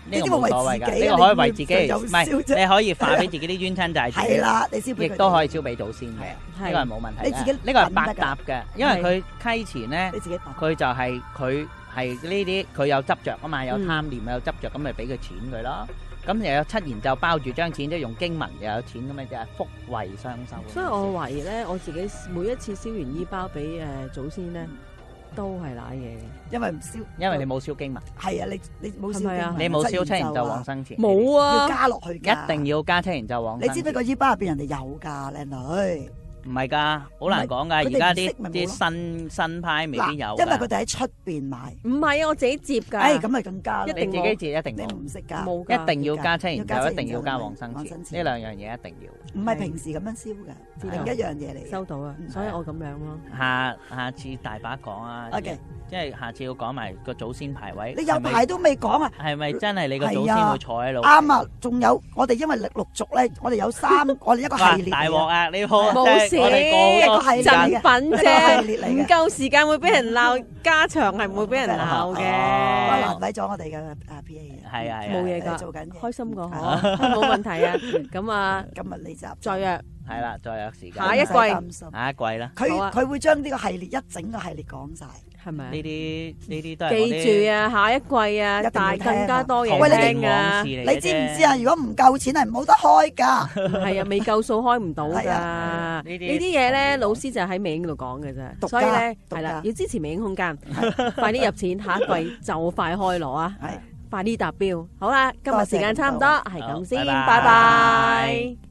呢個冇所謂㗎，呢個可以為自己，唔係你可以化俾自己啲冤親債
係
主，
啦，你先
亦
俾佢
都
哋
可以燒俾祖先嘅，呢個係
係
冇問題嘅。
你自己
呢個係
諗
百
得㗎
搭嘅，因為佢溪前咧，
你自己答。
佢就係佢係呢啲佢有執着啊嘛，有貪念有執着，咁咪俾佢錢佢咯。咁又有七言就包住張錢，即係用經文又有錢咁樣，就係福慧雙收。
所以我懷疑咧，我自己每一次燒完衣包俾誒祖先咧，都係攋嘢嘅。
因為唔燒，
因為你冇燒經文，
係啊，你你冇燒
係咪啊
經
你冇燒七
七
言
賢
就
咒
往
啊，
生錢，
冇
要
啊，
加落去㗎
一定要加七言就往
你
生。
知唔知個衣包入邊人哋有㗎，靚女？
唔係㗎，好難講㗎。
唔係佢哋
而家
唔
啲
識咪冇
啲
咯
新新派未
嗱，
必有㗎。
因為佢哋喺出邊買。
唔係啊，我自己接㗎。
誒，咁咪更加啦
一
你
定
自己
冇
自己一定
你
冇，
唔識㗎，
冇
一
㗎，
定要加七言
要加
就
七
一定要加往生
往
錢，
生
呢
錢
兩樣嘢一定要。
唔係平時咁樣燒㗎，
知
道
另一樣嘢嚟嘅。
收到啊
嗯，
所以我咁樣咯。
下下次大把講啊
O K，
即係下次要講埋個祖先排位。
你有排都未講啊？
係
呃
咪真係你個
係
哎
祖先
啊
會坐喺度？
啱啊，仲有我哋因為陸續咧， 我哋有 三，我哋一個
哇！
系列嚟
大
嘅
鑊啊！你好，
冇
即
事，
係我哋過好多時
真
間
贈
係
品
一個
啫
系，列嚟
唔
嘅，
夠時間會俾人鬧，加長係唔會俾人鬧
我
哦
嘅。
難為咗我哋嘅啊 P A 嘅，
係啊係啊
哦冇嘢㗎
做緊嘢
開。心過
啊
嗬，冇問題啊。咁啊，
今日呢集
再約
係啦，再有時間。
下一季
唔使擔心
下一季啦。
好
佢
啊
佢會將呢個系列一整個系列講晒。
係咪啊
呢？啲呢啲都係我啲
記住啊，下一季
一定要
啊，
聽
大
啊
更加多
喂你
嘢
哋
聽啊
往事，嚟嘅啫
你知唔知啊？如果唔夠錢係冇得開㗎。
係啊，未夠數開唔到㗎。
係
啊
呢
呢啲
啲嘢咧，老師就喺美英度講嘅啫，
獨家
所以咧
獨家
係啦，要支持美英空間，快啲入錢，下一季就快開鑼啊，
係。
快啲達標。好啦，今日時間差唔多，係咁先，
好拜拜
拜拜。